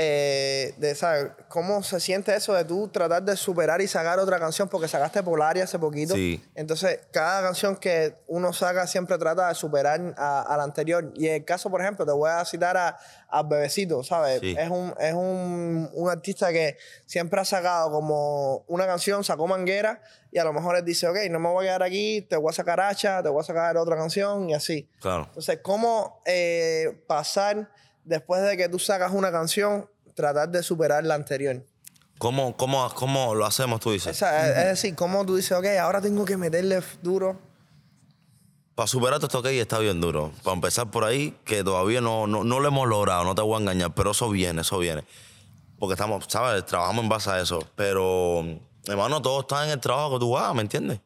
eh, de, ¿sabes? ¿cómo se siente eso de tú tratar de superar y sacar otra canción? Porque sacaste Polaria hace poquito.
Sí.
Entonces, cada canción que uno saca siempre trata de superar a, a la anterior. Y en el caso, por ejemplo, te voy a citar a, a Bebecito, ¿sabes?
Sí.
Es, un, es un, un artista que siempre ha sacado como una canción, sacó Manguera, y a lo mejor él dice, ok, no me voy a quedar aquí, te voy a sacar Hacha, te voy a sacar otra canción, y así.
Claro.
Entonces, ¿cómo eh, pasar después de que tú sacas una canción, tratar de superar la anterior?
¿Cómo, cómo, cómo lo hacemos, tú dices?
Esa- es- Es decir, ¿cómo tú dices, ok, ahora tengo que meterle f- duro?
Para superar todo esto que está bien duro. Para empezar por ahí, que todavía no, no, no lo hemos logrado, no te voy a engañar, pero eso viene, eso viene. Porque estamos, ¿sabes? Trabajamos en base a eso. Pero, hermano, todo está en el trabajo que tú hagas, ¿me entiendes?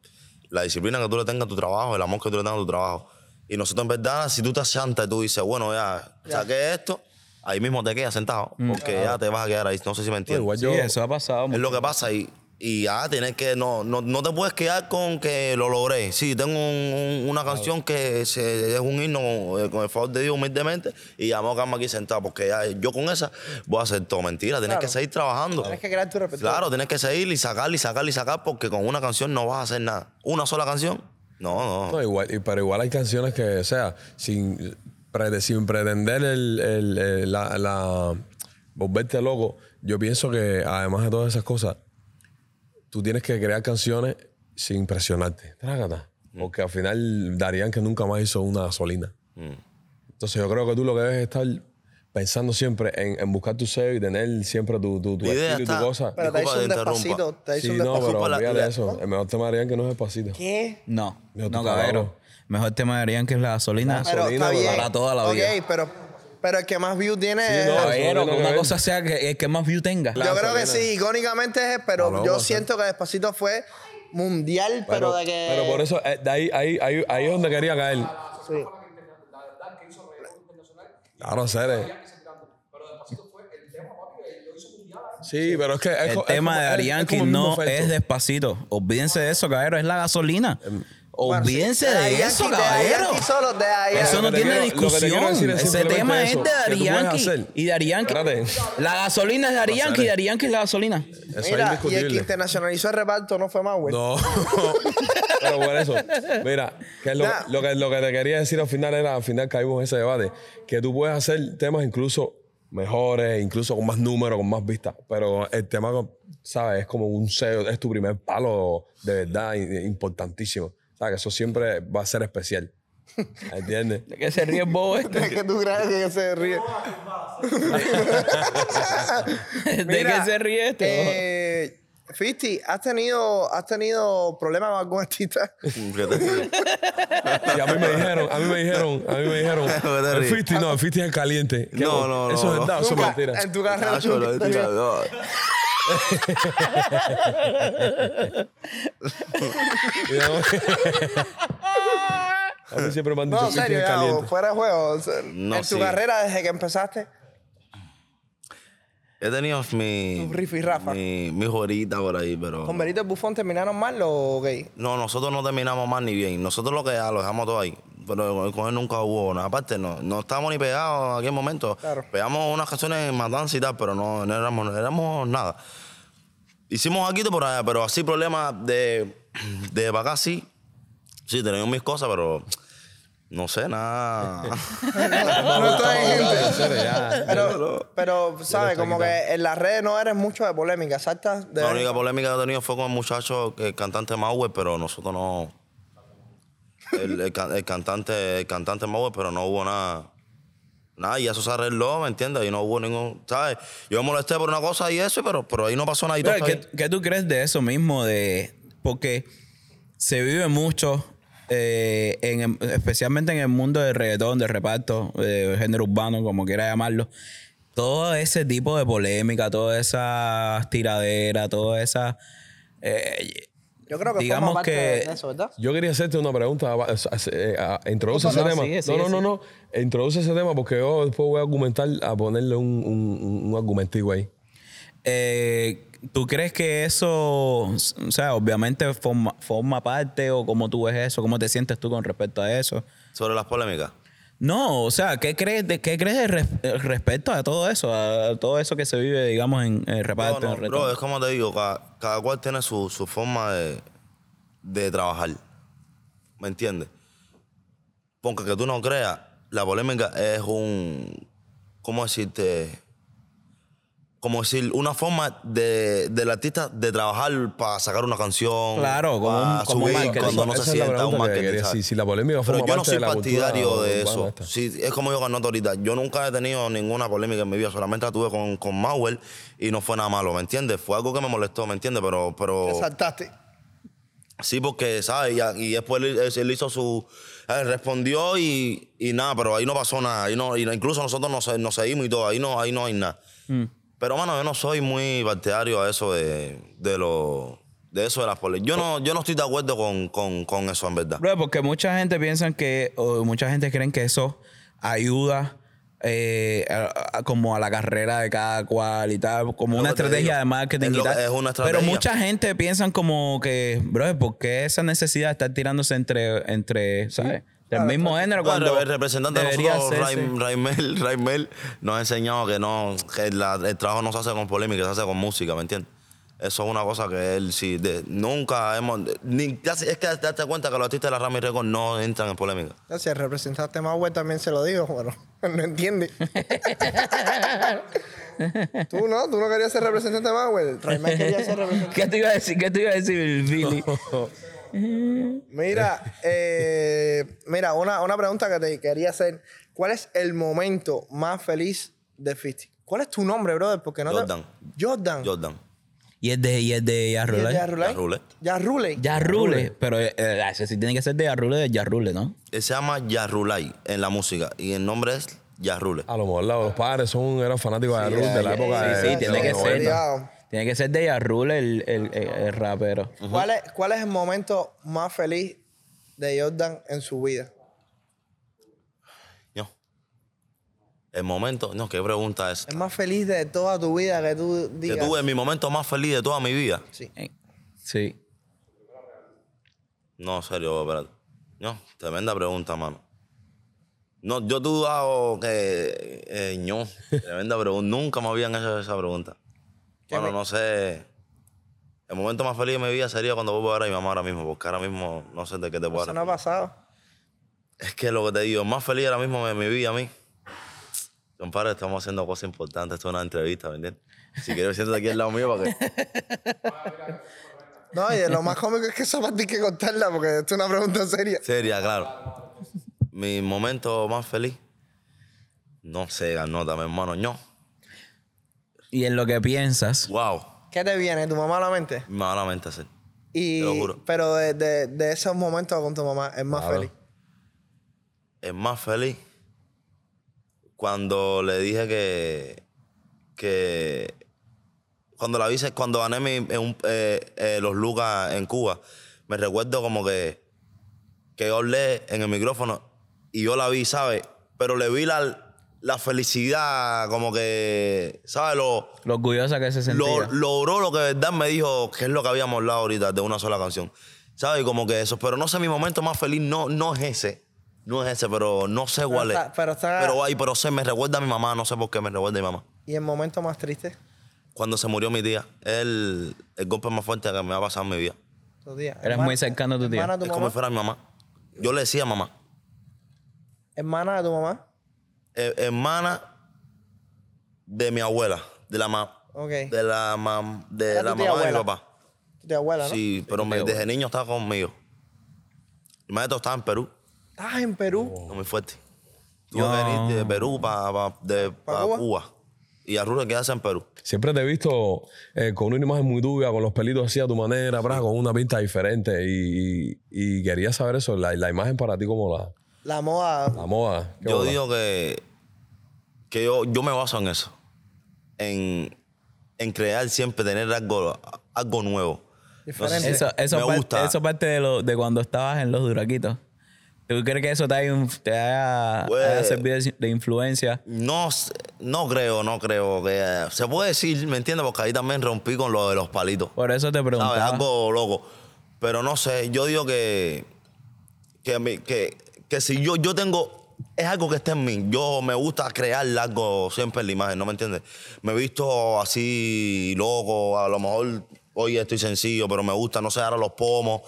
La disciplina que tú le tengas a tu trabajo, el amor que tú le tengas a tu trabajo. Y nosotros, en verdad, si tú te asiantas y tú dices, bueno, ya, saqué esto, ahí mismo te quedas sentado, porque ya te vas a quedar ahí. No sé si me entiendes.
Pues Igual
Pues Sí, eso
yo,
ha pasado.
Es lo que pasa y, y ya tienes que, no, no, no te puedes quedar con que lo logré. Sí, tengo un- un- una canción que se- es un himno eh, con el favor de Dios humildemente y ya me voy a quedarme aquí sentado porque ya yo con esa voy a hacer todo. Mentira, tienes
Claro.
que seguir trabajando.
Tienes que crear tu repertorio.
Claro, tienes que seguir y sacar y sacar y sacar porque con una canción no vas a hacer nada. Una sola canción, no, no.
No, igual, y- pero igual hay canciones que, o sea, sin, prete- sin pretender el, el- el- la, la- volverte loco, yo pienso que además de todas esas cosas, tú tienes que crear canciones sin presionarte. Trágata.
Mm.
Porque al final Darían que nunca más hizo una gasolina.
Mm.
Entonces yo creo que tú lo que debes es estar pensando siempre en, en buscar tu sello y tener siempre tu, tu, tu
La idea
estilo y tu
está-
cosa.
Pero te
Disculpa
hizo
que
un
te interrumpa.
despacito, te hizo
Sí,
un
no,
despacito.
pero
Disculpa la-
olvídate
la-
de eso. El mejor tema de Darían que no es despacito.
¿Qué?
No,
Yo
no,
te
cabrero.
pago.
Mejor tema de Arián que es la gasolina.
Pero
Gasolina,
está bien.
para toda la vida.
Ok, pero, pero el que más view tiene
Sí,
es-
no,
Caballero,
Eso no
que
tiene
una
que
cosa
ver.
sea que el que más view tenga.
Yo creo que sí, icónicamente es, pero
Paloma,
yo
sí.
siento que Despacito fue mundial, pero, de que...
pero por eso, eh, de ahí, ahí, ahí, ahí es donde quería caer.
Sí.
Claro, Ceres. Sí, pero es que.
El tema de Arianki no es despacito. Olvídense de eso, caballero. Es la gasolina.
Em,
Olvídense
De
de
Yankee,
eso,
de
caballero.
Yankee solo, de
Eso
Yankee.
no tiene discusión. Ese tema es de Arianki.
Arianki
Y de Arianki.
Espérate.
La gasolina es de Arianki y de Arianki es la gasolina.
Eso
Mira,
es
y el que
indiscutible.
internacionalizó el reparto no fue más,
pues.
güey. [LAUGHS]
No. [LAUGHS] Pero por eso, mira, que es lo,
Nah.
lo que, lo que te quería decir al final era, al final caímos en ese debate, que tú puedes hacer temas incluso mejores, incluso con más números, con más vistas, pero el tema, ¿sabes? Es como un sello, es tu primer palo de verdad i- importantísimo. ¿Sabes? Que eso siempre va a ser especial. ¿Entiendes?
¿De qué se ríe el bobo
[LAUGHS] Es
este?
que tú crees que se ríe.
¿De
Mira,
qué se ríe este?
Eh, Fisti, ¿has tenido, ¿has tenido problemas con algún artista? [LAUGHS]
Y a mí me dijeron, a mí me dijeron, a mí
[LAUGHS]
me dijeron,
te
el
ríes.
50, no, el 50 es caliente. ¿Qué?
No, no, no,
Eso es
no.
verdad, eso es
Nunca,
mentira.
En tu
Ah,
carrera. nunca has tenido-
[LAUGHS]
a mí siempre me han dicho
No, en
que
serio,
es
ya,
caliente.
fuera de juego. o sea,
No,
en tu
sí.
carrera, desde que empezaste,
He tenido mi,
Un riff y rafa.
mi, mi jorita por ahí, pero...
con Benito y Bufón terminaron mal o gay.
No, nosotros no terminamos más ni bien. Nosotros lo que ah, lo dejamos todo ahí. pero con él nunca hubo nada. Aparte, no, no estábamos ni pegados en aquel momento.
Claro.
Pegamos unas canciones en Matanza y tal, pero no, no éramos, no éramos nada. Hicimos aquí, por allá, pero así problemas de, de para acá sí. Sí, tenemos mis cosas, pero no sé, nada.
no trae gente.
gente.
Pero, pero ¿sabes? Como que en las redes no eres mucho de polémica, ¿saltas? De
La única polémica que he tenido fue con el muchacho, el cantante Mauer, pero nosotros no. El, el can- el cantante, el cantante Mauer, pero no hubo nada. Nada, y eso se arregló, ¿me entiendes? Y no hubo ningún. ¿Sabes? Yo me molesté por una cosa y eso, pero, pero ahí no pasó nada. Y todo
Pero,
está
¿qué,
bien.
qué tú crees de eso mismo? De, porque se vive mucho, eh, en el- especialmente en el mundo del reggaetón, del reparto, de género urbano, como quiera llamarlo. Todo ese tipo de polémica, todas esas tiraderas, todas esas... eh,
Yo creo que
digamos
forma parte
que-
de eso, ¿verdad?
Yo quería hacerte una pregunta. va- es- es- eh, ah, Introduce
Opa,
ese
no,
tema.
sigue,
no,
sigue,
no, no, no. Introduce ese tema porque yo después voy a argumentar, a ponerle un, un, un argumentico ahí.
Eh, ¿Tú crees que eso, o sea, obviamente forma, forma parte o cómo tú ves eso, cómo te sientes tú con respecto a eso?
Sobre las polémicas.
No, o sea, ¿qué crees, de, qué crees de res- eh, respecto a todo eso, a todo eso que se vive, digamos, en, en el reparto?
No,
en
no,
el
bro,
retorno?
es como te digo, cada, cada cual tiene su, su forma de, de trabajar. ¿Me entiendes? Porque que tú no creas, la polémica es un. ¿Cómo decirte? Como decir, una forma de, del artista de trabajar para sacar una canción.
Claro, como un-
para
como un
subir
marketing.
Cuando no
Esa
se
es la
sienta un
pregunta que
marketing.
quería,
¿sabes?
si- si la polémica
Pero
forma
yo no
parte
soy
de la cultura
partidario de
urbana
eso.
esta.
Sí, es como yo con Noto ahorita. Yo nunca he tenido ninguna polémica en mi vida. Solamente la tuve con, con Mauer y no fue nada malo, ¿me entiendes? Fue algo que me molestó, ¿me entiendes? Pero, pero
Te saltaste.
sí, porque, ¿sabes? Y, y después él, él- él hizo su... él respondió y, y nada, pero ahí no pasó nada. Ahí no, y incluso nosotros nos, nos seguimos y todo. Ahí no, ahí no hay nada.
Mm.
Pero, mano, yo no soy muy partidario a eso de, de lo... De eso de las polémicas. Yo no, yo no estoy de acuerdo con, con, con eso, en verdad.
Bro, porque mucha gente piensa que, o mucha gente creen que eso ayuda eh, a- a- como a la carrera de cada cual y tal, como
Es
una
lo que te
estrategia
digo.
de marketing
Es
y
lo-
tal.
es una
Pero
estrategia.
mucha gente piensa como que, bro, ¿por qué esa necesidad de estar tirándose entre, entre ¿sabes? Del mismo género
Bueno,
cuando
el representante de
debería
nosotros,
hacerse.
Raim- Raimel, [LAUGHS] Raimel, nos ha enseñado que no, que la- el trabajo no se hace con polémica, se hace con música, ¿me entiendes? Eso es una cosa que él sí, de- nunca hemos, ni, ya se- es que date cuenta que los artistas de la Rami Record no entran en polémica.
Ya, Si el representante más güey también se lo digo, bueno, [LAUGHS] no entiende. tú no, tú no querías ser representante más güey. Raymond quería ser representante.
[LAUGHS] ¿Qué te iba a decir? ¿Qué te iba a decir,
[LAUGHS]
Billy?
Mira, eh, mira, una, una pregunta que te quería hacer. ¿Cuál es el momento más feliz de Fifty? ¿Cuál es tu nombre, brother? Porque no te-
Jordan.
Ah.
Jordan.
Jordan,
y es de, y es de Yarrulay.
¿Ya Rulay?
Ya Rulay.
Ya Rulay.
Ya Rule, pero eh, eh, ese sí tiene que ser de Yarrule, de Yarrule, ¿no?
él se llama Yarrulay en la música y el nombre es Yarrule.
Ah.
A lo mejor la- los padres son, eran fanáticos de Ruth de la
Sí,
época de.
sí,
de
tiene
los
que
90.
ser. ¿no?
Obligado.
Tiene que ser de Yarrule el, el, el- el rapero.
¿Cuál es, ¿Cuál es el momento más feliz de Jordan en su vida?
No. El momento, no, qué pregunta es.
Es más feliz de toda tu vida que tú
Que
digas.
tuve mi momento más feliz de toda mi vida.
Eh, Sí.
No, serio, espérate. No, tremenda pregunta, mano. No, yo tú hago que. eh, no, tremenda pregunta. Nunca me habían hecho esa pregunta. Bueno, no sé. El momento más feliz de mi vida sería cuando vuelvo a ver a mi mamá ahora mismo, porque ahora mismo no sé de qué te puedo
Eso no ha
responder.
pasado.
Es que lo que te digo, más feliz ahora mismo de mi vida a mí. Compadre, estamos haciendo cosas importantes. Esto es una entrevista, ¿me entiendes? Si quieres, siéntate aquí al lado mío para que.
No, y de lo más cómico es que esa parte hay que contarla porque esto es una pregunta seria.
Seria, claro. Mi momento más feliz. No sé, Garnota, mi hermano, no.
Y en lo que piensas,
Wow,
[LAUGHS] ¿Qué te viene? ¿Tu mamá a la mente?
malamente hacer.
Y,
Te lo juro.
Pero de, de- de esos momentos con tu mamá es más feliz.
Es más feliz cuando le dije que. que cuando la vi, cuando gané mi- en un- eh, eh, los Lucas en Cuba, me recuerdo como que. que yo hablé en el micrófono y yo la vi, ¿sabes? Pero le vi la, la felicidad, como que. ¿Sabes? Lo.
lo orgullosa que se sentía.
lo- logró lo que de verdad me dijo que es lo que habíamos hablado ahorita de una sola canción. ¿Sabes? Como que eso. Pero no sé, mi momento más feliz no, no es ese. No es ese, pero no sé cuál es.
está- pero está-
Pero ay, pero sé, me recuerda a mi mamá, no sé por qué me recuerda a mi mamá.
Y el momento más triste,
Cuando se murió mi tía, es el, el golpe más fuerte que me ha pasado en mi vida.
tu tía.
Eres muy cercano a tu tía.
Hermana de
es
tu
como
mamá.
si fuera mi mamá. Yo le decía mamá.
Hermana de tu mamá.
eh, hermana de mi abuela, de la mamá.
Ok.
De la, mam- de
Era
la
tu tía
mamá de mi
abuela.
papá.
Tu tía abuela, ¿no?
Sí, pero me- desde niño estaba conmigo. Mi maestro estaba en Perú,
Estás Ah, en Perú.
no muy fuerte. Tuve que venir de Perú para
Cuba?
Cuba. Y a Rulo quedarse en Perú.
Siempre te he visto eh, con una imagen muy dubia, con los pelitos así a tu manera, bra, con una pinta diferente. Y, y- y quería saber eso, la, la imagen para ti como la,
La moda.
la moda. ¿Qué
Yo
bola?
digo que, que yo, yo me baso en eso. En, en crear siempre, tener algo, algo nuevo.
Diferente.
Eso, eso,
me
par-
gusta.
eso parte de, lo, de cuando estabas en los duraquitos. ¿Tú crees que eso te haya, inf- te haya-
Pues-
haya servido de- de influencia?
No, s- no creo, no creo que... eh, Se puede decir, ¿me entiendes? Porque ahí también rompí con lo de los palitos.
Por eso te
¿Sabes?
preguntaba.
Algo loco. Pero no sé, yo digo que... Que, mi- que, que si yo, yo tengo... Es algo que está en mí. Yo me gusta crear algo siempre en la imagen, ¿no me entiendes? Me he visto así, loco, a lo mejor... Oye, estoy sencillo, pero me gusta, no sé, ahora los pomos,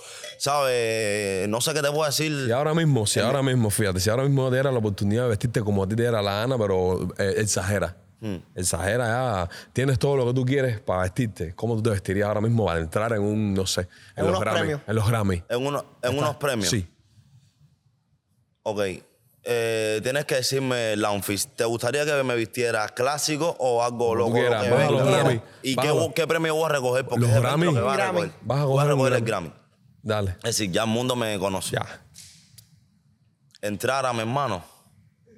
¿sabes? No sé qué te puedo decir.
Si ahora mismo, si ahora mismo, fíjate, si ahora mismo te diera la oportunidad de vestirte como a ti te diera la gana, pero eh, exagera.
Mm.
Exagera ya. Tienes todo lo que tú quieres para vestirte. ¿Cómo tú te vestirías ahora mismo para entrar en un, no sé, en, los
unos
Grammy?
premios.
En los Grammy.
En, uno- en unos premios.
Sí.
Ok. Eh, tienes que decirme el outfit. ¿Te gustaría que me vistiera clásico o algo loco? lo
quieras,
que
baja
me
los
quiera?
Grammy,
¿Y
baja
qué,
los-
qué premio voy a recoger? Porque
¿Los
es el premio
Grammy?
que voy a
Grammy.
recoger.
Vas a
Voy
coger un
recoger el
Grammy.
Grammy.
Dale.
Es decir, ya el mundo me conoce.
Ya.
Entrar a mi hermano.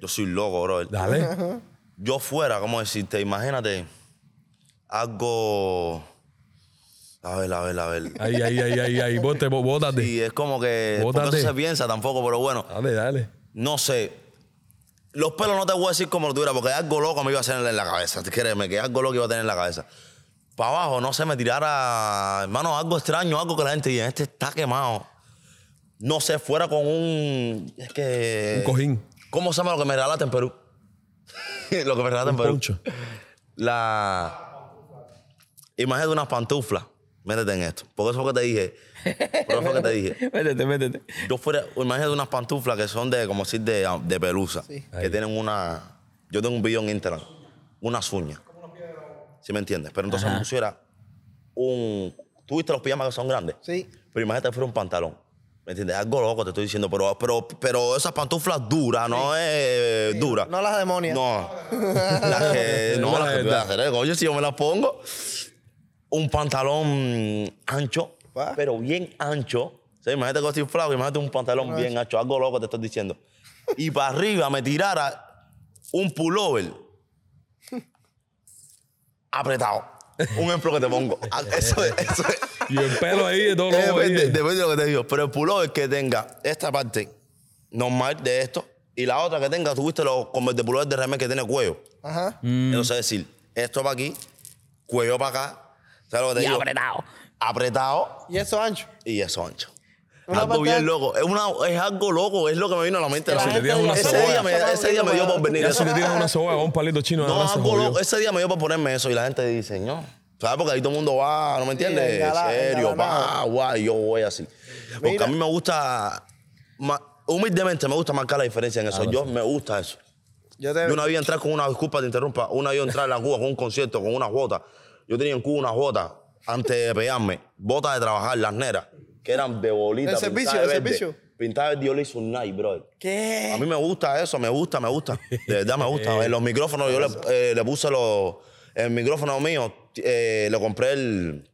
Yo soy loco, bro.
Dale.
Yo fuera, ¿cómo decirte? Imagínate algo... A ver, a ver, a ver.
Ahí, ahí, ahí, ahí, ahí. Bote, bo- bótate.
Y es como que... porque
Bótate.
eso se piensa tampoco, pero bueno.
Dale, dale.
no sé. Los pelos no te voy a decir cómo lo tuviera, porque algo loco me iba a hacer en la cabeza. Créeme que algo loco iba a tener en la cabeza. Para abajo, no sé, me tirara, hermano, algo extraño, algo que la gente diga, este está quemado. No sé, fuera con un. Es que.
Un cojín.
¿Cómo se llama lo que me regalaste en Perú? [LAUGHS] lo que me regalaste en Perú.
Poncho.
La. Imagínate unas pantuflas. Métete en esto. Porque eso fue que te dije. Por eso fue que te dije.
[LAUGHS] métete, métete.
Yo fuera, imagínate unas pantuflas que son de, como decir, de, de pelusa. Que tienen una. Yo tengo un video en Instagram. Unas uñas. ¿Sí me entiendes? Pero entonces me pusiera un. ¿Tú viste los pijamas que son grandes?
Sí.
Pero imagínate fuera un pantalón. ¿Me entiendes? Algo loco te estoy diciendo. Pero, pero, pero esas pantuflas duras, no es dura.
No las demonias.
No. Las que. No, las que tú vas a hacer, ¿eh? Coño, si yo me las pongo. Un pantalón ancho,
Pa.
pero bien ancho. Sí, imagínate que estoy flaco, imagínate un pantalón bien ancho. Algo loco te estoy diciendo. Y para arriba me tirara un pullover apretado. Un ejemplo que te pongo. Ah, Eso es. Eso es.
Y el pelo ahí de todo
Eh,
lo
Depende, depende de lo que te digo. Pero el pullover que tenga esta parte normal de esto y la otra que tenga, tuviste lo, como el de pullover de Remel que tiene cuello.
Ajá.
Entonces es decir, esto para aquí, cuello para acá. ¿Sabes lo que te
Y
digo?
apretado.
Apretado
Y eso ancho.
y eso ancho.
Una
algo
parte-
bien loco. Es, una, es algo loco, es lo que me vino a la mente.
Que
ahora.
la gente diga,
ese,
"Soy
día
yo,
soy
me, ese día me dio por venir.
Ya
eso.
si te tiras una soga o un palito chino,
No, eh,
además se
algo
jodió.
loco. Ese día me dio por ponerme eso y la gente dice, no. ¿Sabes? Porque ahí todo el mundo va, ¿no me entiendes?
engala-
serio, va,
engalanado.
guay, yo voy así. Porque
Mira.
a mí me gusta, ma- humildemente me gusta marcar la diferencia en eso. yo me gusta eso.
Yo te
Yo una vez entrar con una, disculpa, te interrumpa, una vez entrar en la Cuba con un concierto, con unas botas. Yo tenía en Cuba unas botas antes de pegarme, botas de trabajar, las neras, que eran de bolita.
¿El servicio,
pintadas de
el
verde.
servicio?
Pintadas de Dior hizo un night, brother. A
¿Qué?
mí me gusta eso, me gusta, me gusta. De verdad me gusta. Eh, los micrófonos, yo le, eh, le puse los. El micrófono mío, eh, le compré el.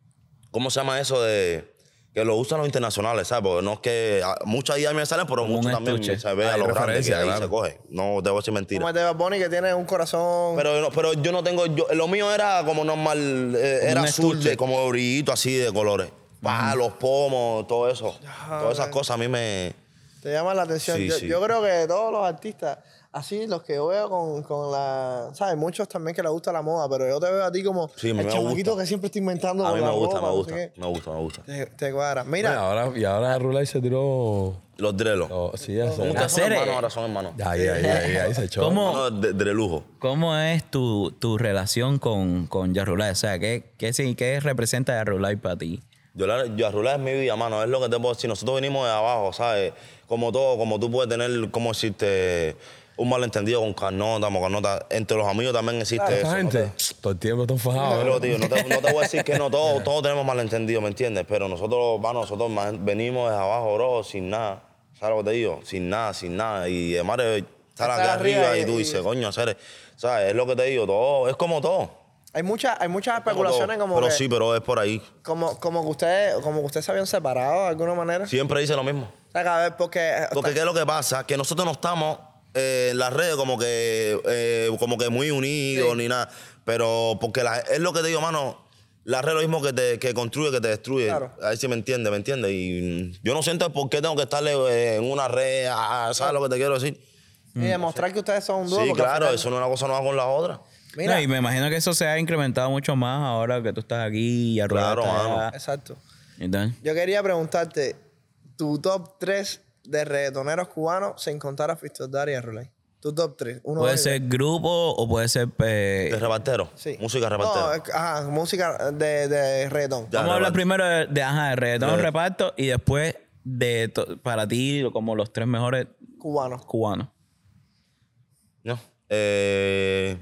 ¿Cómo se llama eso? de Que lo usan los internacionales, ¿sabes? Porque no es que. a- Muchas ideas me salen, pero
Como un
muchos también
estuche.
se ve a
Hay
los grandes que
referencia,
ahí
claro.
se coge. No te voy a decir mentira.
Como el de Bad Bunny que tiene un corazón.
Pero, no- pero yo no tengo. yo- lo mío era como normal. eh,
Como
era
un
azul,
estuche.
de, como de brillito así de colores. Pa, los pomos, todo eso. Todas esas cosas a mí me.
Te llama la atención.
Sí,
yo,
sí.
yo creo que todos los artistas, así, los que yo veo con, con la. ¿Sabes? Muchos también que les gusta la moda, pero yo te veo a ti como
Sí, me
el chamaquito
gusta.
que siempre está inventando.
A mí
la
me gusta,
ropa,
me
no sé
gusta,
qué.
me gusta, me gusta.
Te, te cuadra.
Y
Mira,
ahora, y ahora Rulay se tiró.
Los drelos.
oh, sí, ya
¿Cómo
se.
ustedes son
Hacer,
hermanos?
eh.
Ahora son hermanos.
Ahí, ahí, ahí, ahí se echó.
Hermanos de, de lujo.
¿Cómo es tu, tu relación con, con Yarulay? O sea, ¿qué, qué, sí- qué representa Yarulay para ti?
Yo, la, yo arrular es mi vida, mano, es lo que te puedo decir. Nosotros venimos de abajo, ¿sabes? Como todo, como tú puedes tener, como existe un malentendido con Carnota, con Carnota. Entre los amigos también existe eso.
Esta
¿no?
gente, todo el tiempo están fajados.
Pero, Ah, tío, no te, no te voy a decir que no,
[LAUGHS]
todos, todos tenemos malentendido, ¿me entiendes? Pero nosotros, mano, nosotros man- venimos desde abajo, bro, sin nada. ¿Sabes lo que te digo? Sin nada, sin nada. Y además eh, estar
Estar
aquí arriba
arriba
y,
y-
tú
y-
dices, coño, hacer, ¿sabes? Es lo que te digo, todo, es como todo.
hay, muchas hay muchas
como
especulaciones
todo.
como
Pero
que,
sí, pero es por ahí.
como, como que ustedes, como que ustedes se habían separado de alguna manera.
Siempre dice lo mismo.
O sea, que a ver, porque.
Porque qué es lo que pasa, que nosotros no estamos eh, en las redes como que eh, como que muy unidos ni nada. Pero porque la- es lo que te digo, mano, la red es lo mismo que te que construye, que te destruye.
Claro.
A ver si me entiende, ¿me entiende? Y mm, yo no siento por qué tengo que estarle eh, en una red, ah, ¿sabes lo que te quiero decir?
Y demostrar que ustedes son un dúo.
sí,
porque al
claro,
final-
eso no es una cosa no va con la otra.
Mira,
No, y me imagino que eso se ha incrementado mucho más ahora que tú estás aquí y Yarulay
Claro,
está allá.
mano.
exacto.
¿Y tal?
Yo quería preguntarte, tu top 3 de reggaetoneros cubanos sin contar a Fistor Dari y a Rulay. Tu top 3. Uno
Puede
de-
ser grupo o puede ser... eh,
De repartero.
Sí.
Música de repartero.
No, es- ajá, música de, de reggaetón.
Ya,
Vamos a hablar
reparto.
primero de, de, ajá, de reggaetón,
De-
reparto y después de to- para ti como los tres mejores
Cubanos.
cubanos.
No. Eh,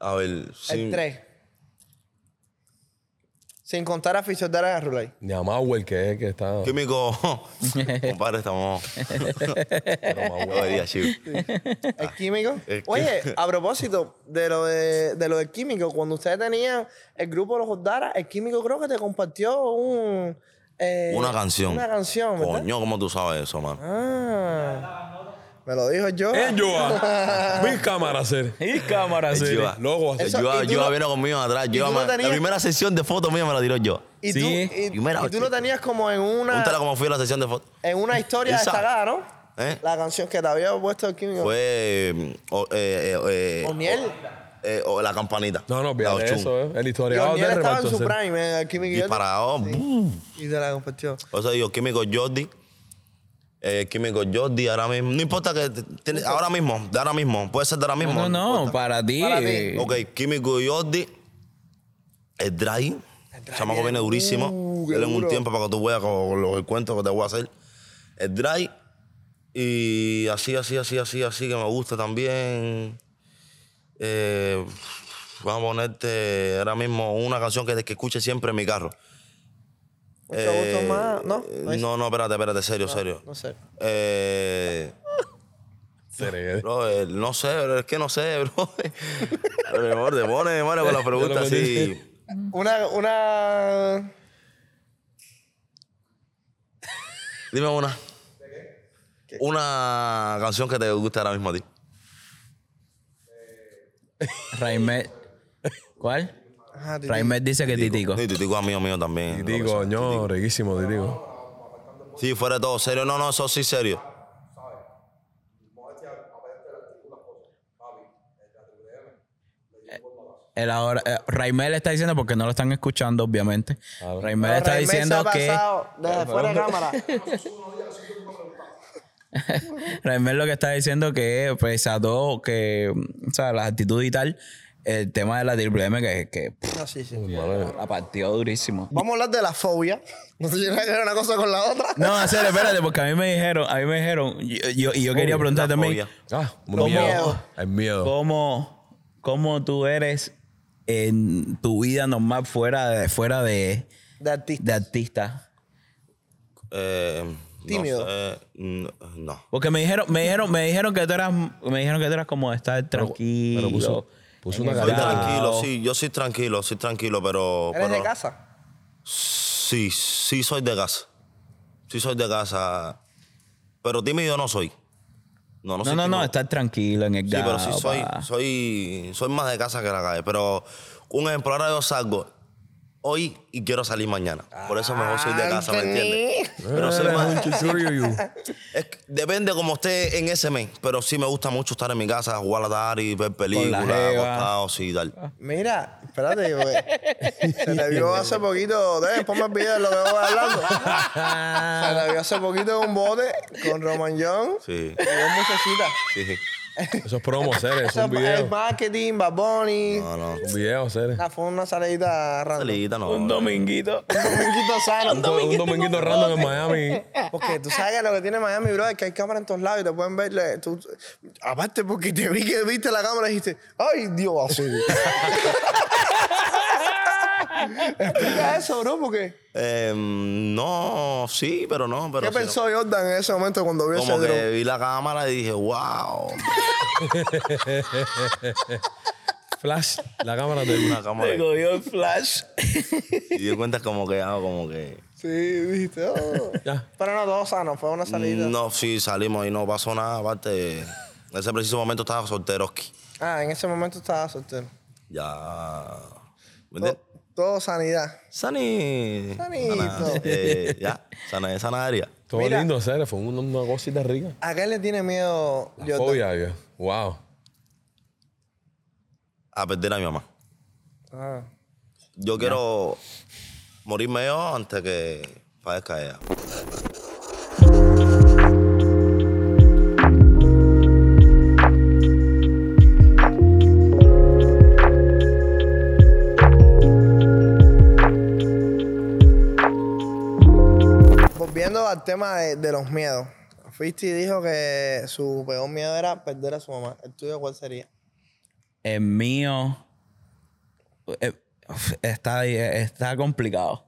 a ver,
El 3. Sin contar a Fistor Dari y a
[LAUGHS]
Rulay.
Ni a Mauer que es que está.
[LAUGHS]
Químico, compadre, estamos. Pero más huevo de día, chico.
El químico.
el [LAUGHS]
Oye,
químico.
a propósito de lo de, de lo del químico, cuando ustedes tenían el grupo Los Jordara, el químico creo que te compartió un. eh,
Una canción.
Una canción, ¿verdad?
Coño, ¿cómo tú sabes eso, mano?
Ah. Me lo dijo yo.
¡Ellos!
[LAUGHS]
Mi cámara hacer.
Y cámara,
El
sí.
Yoa.
Luego hacer.
Eso-
Yoa-
y tú
Yoa
no-
vino conmigo atrás. Yoa
tú
me-
no tenías- Ah.
La primera sesión de fotos mía me la tiró yo.
Y tú,
Sí.
y,
Y mira,
y tú lo
chico.
tenías como en una,
Pregúntale cómo fui a la sesión de fotos.
en una historia
Él sabe.
destacada, ¿no?
¿Eh?
La canción que te había puesto el químico.
Fue. mm, o- eh, eh, eh,
O'Neal.
o- eh, o la campanita.
No, no,
La
fíjate
Ochun.
eso, ¿eh? El
Y
historiador
O'Neal
del
estaba en
reparto.
su
hacer.
prime, eh, el químico y yo.
Disparador. ¡bum!
Y te la compartió.
O sea, digo, químico Jordi. eh, químico Jordi, ahora mismo. No importa que. te- tiene- ahora mismo, de ahora mismo. Puede ser de ahora mismo.
No, no, para ti.
Para ti.
Ok, Químico y Jordi. El Dry. El chamaco viene durísimo.
Uh, qué
Dele un
duro.
tiempo para que tú veas con los cuentos que te voy a hacer. El Dry. Y así, así, así, así, así, que me gusta también. Eh, vamos a ponerte ahora mismo una canción que, que escuche siempre en mi carro.
Mucho gusto
Eh,
más. No, no es-
no, no, espérate, espérate, serio, serio.
no sé.
Eh,
Serio, ¿eh?
Bro, eh, no sé, bro, es que no sé, bro. [LAUGHS] Mi amor, te pone, me pone con las preguntas
Ya lo
así.
Una, una.
Dime una. Una canción que te gusta ahora mismo a ti.
Raimet. ¿Cuál?
Ajá, Titi.
Raimet dice que Titico.
Sí, Titico es amigo mío también.
Titico, coño, riquísimo, Titico.
Sí, fuera de todo, serio. No, no, eso sí, serio.
El ahora, eh, Raimel está diciendo, porque no lo están escuchando, obviamente. Raimel
Pero
está
Raimet se
diciendo
ha
que.
pasado Desde fuera de cámara.
[LAUGHS] Raimel lo que está diciendo que, pues, a todo, que. O sea, las actitudes y tal. El tema de la triple M que, que pff,
No, Ah, sí, sí.
la partió durísimo.
Vamos a hablar de la fobia. No tiene nada que ver una cosa con la otra.
No, en serio, espérate, porque a mí me dijeron, a mí me dijeron, yo- yo- y yo quería preguntar
la
también,
fobia.
Ah,
¿Cómo?
miedo. El miedo.
¿cómo, cómo tú eres en tu vida normal fuera de, fuera de,
De artista.
de artista?
Eh, no
Tímido.
sé, mm, no.
Porque me dijeron, me dijeron, me dijeron que tú eras, me dijeron que tú eras como de estar tranquilo.
pero puso- puso
en
una
el
Soy
cara-
lado.
tranquilo, sí, yo soy tranquilo, soy tranquilo, pero.
Eres de
pero-
casa.
Sí, sí soy de casa. Sí soy de casa. Pero tímido no soy. No, no,
No,
soy
no, no,
tímido.
estar tranquilo en el
Sí, pero sí
gao,
soy,
pa.
soy, soy más de casa que la calle. Pero un ejemplo, ahora yo salgo. hoy y quiero salir mañana. Por eso mejor soy de casa, ¿me entiendes?
Eh.
Pero soy
Eres
más- [LAUGHS]
un chuchurrio, you.
es que depende como esté en ese mes, pero sí me gusta mucho estar en mi casa, jugar a dar y ver películas,
jeva.
acostado, sí, tal.
Mira, espérate, güey. [LAUGHS] Se le vio hace poquito. Ven, ponme el video de lo que voy hablando. Se le vio hace poquito en un bote con Roman Young.
Sí,
Y dos muchachitas.
sí.
Eso es promo, Ceres. Es
Eso
un
es el
video.
marketing, Bad Bunny.
No, no.
Un video, Ceres.
Ah, Fue una salidita random.
Salidita, no.
Un dominguito.
Un poquito sano.
Un do- un dominguito random en Miami.
Porque tú sabes que lo que tiene Miami, bro, es que hay cámaras en todos lados y te pueden ver. le- tú- aparte, porque te vi que viste la cámara y dijiste, ¡ay, Dios! Así. [LAUGHS] Explica eso, bro, porque.
Eh, no, sí, pero no. Pero
¿Qué
sí, no.
pensó Jordan en ese momento cuando vio ese
Como que
dron?
vi la cámara y dije, wow.
Flash, la cámara del.
Una
[LAUGHS]
cámara.
cogió el flash.
Y di cuenta como que hago como que.
Sí, dijiste, oh.
Ya.
Pero no, todo sano, fue una salida.
No, sí, salimos y no pasó nada. Aparte, en ese preciso momento estaba solteroski.
Ah, en ese momento estaba soltero.
Ya. ¿Me
Todo,
entiendes?
todo sanidad.
Sani.
Sanito.
Sana- [LAUGHS] eh, ya, sana, sana área.
Todo
Mira.
lindo, Ceres. Fue una, una cosita rica.
¿A qué le tiene miedo
La
Jordan?
fobia, yo. Wow.
A perder a mi mamá.
Ah.
Yo quiero morirme yo antes que padezca ella.
Volviendo al tema de, de los miedos. Fifty dijo que su peor miedo era perder a su mamá. ¿El tuyo cuál sería?
El mío eh, está, eh, está complicado.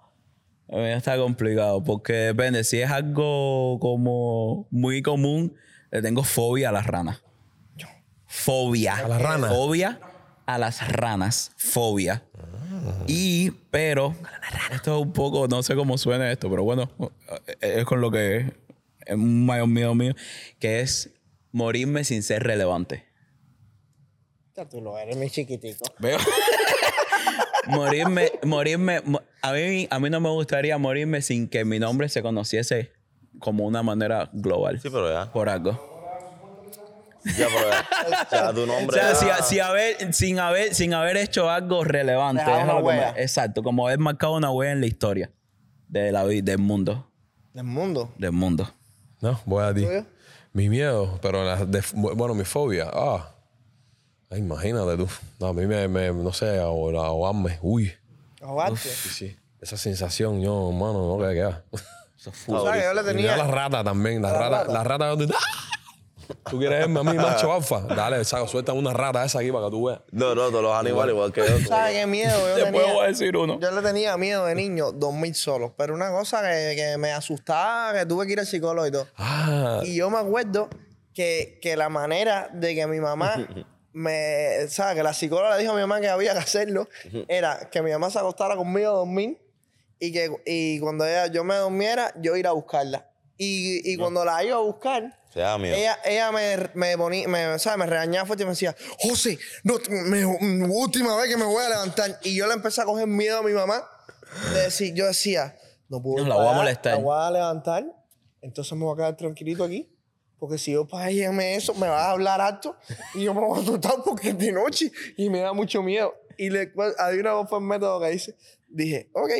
El mío está complicado porque depende. Si es algo como muy común, le tengo fobia a las ranas. Fobia.
¿A las ranas?
Fobia a las ranas. Fobia.
Ah.
Y, pero, esto es un poco, no sé cómo suena esto, pero bueno, eh, es con lo que es, es un mayor miedo mío, que es morirme sin ser relevante.
Ya tú lo eres, mi chiquitico.
Veo. [LAUGHS] morirme, morirme. mo- A mí, a mí no me gustaría morirme sin que mi nombre se conociese como una manera global.
Sí, pero ya.
Por algo.
Ya, pero ya. O sea, tu
O
nombre.
sea,
ya.
si, si haber, sin, haber, sin haber hecho algo relevante.
Dejar
es
una
lo que me-
huella.
exacto, como haber marcado una huella en la historia de la, vi- del mundo.
Del mundo.
Del mundo.
No, voy a ti.
¿Tuyo?
Mi miedo, pero la de- bueno, mi fobia. Ah. Ay, imagínate tú. No, a mí me, me- no sé, o la ahogarme. Uy.
Ahogarte.
Sí, sí. Esa sensación, yo, hermano, no que queda.
Tú sabes que yo le
Y mira
tenía.
las ratas también. Las ratas, las ratas. yo- ¡Ah! ¿Tú quieres verme a mí, macho alfa? Dale, saco, suelta una rata esa aquí para que tú veas.
No, no, todos los animales igual que yo.
¿Tú sabes qué miedo yo
Después voy a
tenía?
decir uno.
Yo le tenía miedo de niño dormir solo. Pero una cosa que, que me asustaba, que tuve que ir al psicólogo y todo.
Ah,
Y yo me acuerdo que, que la manera de que mi mamá me. ¿Sabes? Que la psicóloga le dijo a mi mamá que había que hacerlo era que mi mamá se acostara conmigo a dormir y que y cuando ella, yo me durmiera, yo ir a buscarla. Y, y cuando la iba a buscar.
Se da miedo.
Ella, ella me, me, ponía, me, ¿sabes? me regañaba fuerte y me decía, José, no, te- me- mm, última vez que me voy a levantar. Y yo le empecé a coger miedo a mi mamá. De decir, yo decía, no puedo.
No,
ir
la
para
voy a
allá,
molestar.
La voy a levantar, entonces me voy a quedar tranquilito aquí. Porque si yo para allá me eso, me vas a hablar alto y yo me voy a asustar porque es de noche y me da mucho miedo. Y le, cu- hay una voz el método que dice, dije, ok,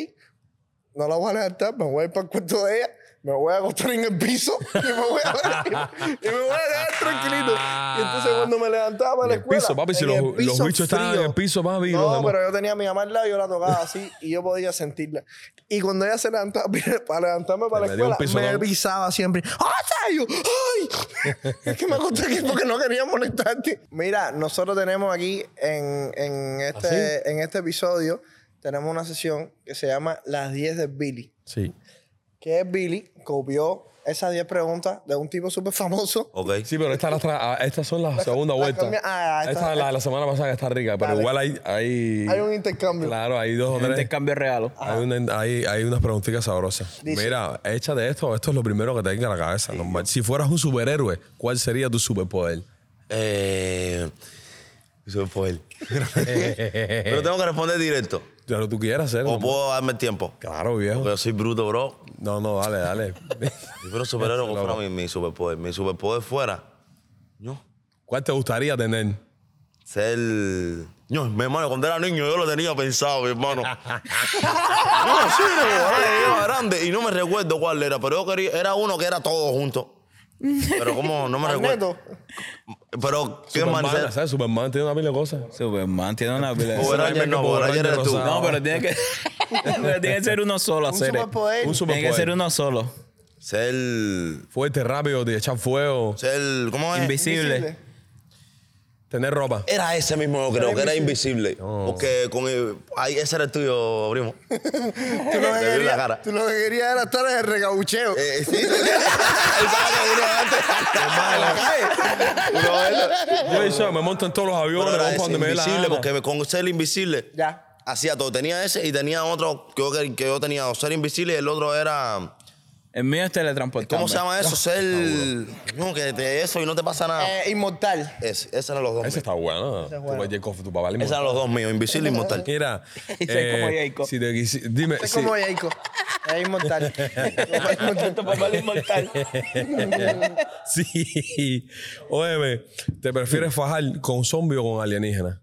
no la voy a levantar, me voy a ir para el cuarto de ella, me voy a acostar en el piso y me voy a, [LAUGHS] y me voy a dejar tranquilito. Y entonces cuando me levantaba para la
En el
escuela.
piso, papi, si
en
los-
el
los
piso
bichos estaban en el piso, papi, los
No,
demás.
pero yo tenía a mi mamá al lado y yo la tocaba así y yo podía sentirla. Y cuando ella se levantaba [LAUGHS] para levantarme para
Me
la
dio un
escuela, me
pisonón.
pisaba siempre. ¡Ay! yo, ¡Ay! [LAUGHS] Es que me acosté aquí porque no quería molestarte. Mira, nosotros tenemos aquí en, en
¿Ah,
este, en este episodio, tenemos una sesión que se llama Las 10 de Billy
sí.
que es Billy, copió esas 10 preguntas de un tipo súper famoso.
Ok.
Sí, pero esta es la tra- ah, estas son las segunda
la
vuelta.
cambia- ah, esta-
esta es la de la semana pasada que está rica, pero
Dale.
igual hay, hay.
Hay un intercambio.
Claro, hay dos o tres.
Intercambio de regalo.
Hay, una- hay, hay unas preguntitas sabrosas.
Dice.
Mira, échate esto, esto es lo primero que te venga a la cabeza. normal. Si fueras un superhéroe, ¿cuál sería
[LAUGHS]
tu superpoder? Eh.
Eh, soy por él. Pero tengo que responder directo.
Ya lo tú quieras hacer.
O
como-
puedo darme el tiempo.
Claro, viejo.
Porque yo soy bruto, bro.
No, no,
[LAUGHS]
dale, dale.
Yo quiero superar
Eso,
como fuera
loco.
mi, mi superpoder. Mi superpoder fuera. Yo.
¿Cuál te gustaría tener?
Ser. No, mi hermano, cuando era niño yo lo tenía pensado, mi
[LAUGHS]
hermano. no, sí, de verdad, yo era grande y no me recuerdo cuál era, pero yo quería, era uno que era todo junto. Pero cómo, no me recuerdo.
Magneto.
Pero, ¿qué
Superman,
manera?
¿sabes? Superman tiene una pila de cosas.
Superman tiene una pila de-
Overall, no, overall eres tú.
Rosado.
No, pero
[LAUGHS]
tiene que. pero tiene que ser uno solo
Un
hacer.
superpoder.
Un
Tiene que
superpoder.
ser uno solo.
Ser.
Fuerte, rápido, de echar fuego,
Ser. ¿Cómo es?
Invisible.
Invisible.
tener ropa.
Era ese mismo, yo creo, que era invisible. Porque con el- ahí, ese era el tuyo, primo.
Tú lo que
Te vi la
querías,
cara.
tú lo que querías era estar en el regaucheo.
Eh, sí. [LAUGHS] Él sabe que uno antes.
en la calle.
Uno antes-
Yo hice, me monto en todos los aviones,
Pero
me
era
voy
ese,
pa' donde me dé la
invisible,
gana.
porque me- con ser invisible.
Ya.
Hacía todo. Tenía ese y tenía otro que yo, que yo tenía. O ser invisible y el otro era.
El mío es teletransportarme.
¿Cómo se llama eso? Ser. Ah, No, que te, eso y no te pasa nada.
Eh, inmortal.
Ese, esos eran los dos. míos.
Ese está bueno. Tú
bueno.
vas a Jacob, tu papá le
Esos eran los dos míos, invisible y inmortal.
Mira,
Ese es
eh,
como Jacob.
si te quisi- dime,
Es
si-
como Jaico. Es
[LAUGHS]
inmortal. Es
Tu
inmortal.
papá es inmortal.
[LAUGHS] sí, óyeme, ¿te prefieres fajar con zombie o con alienígena?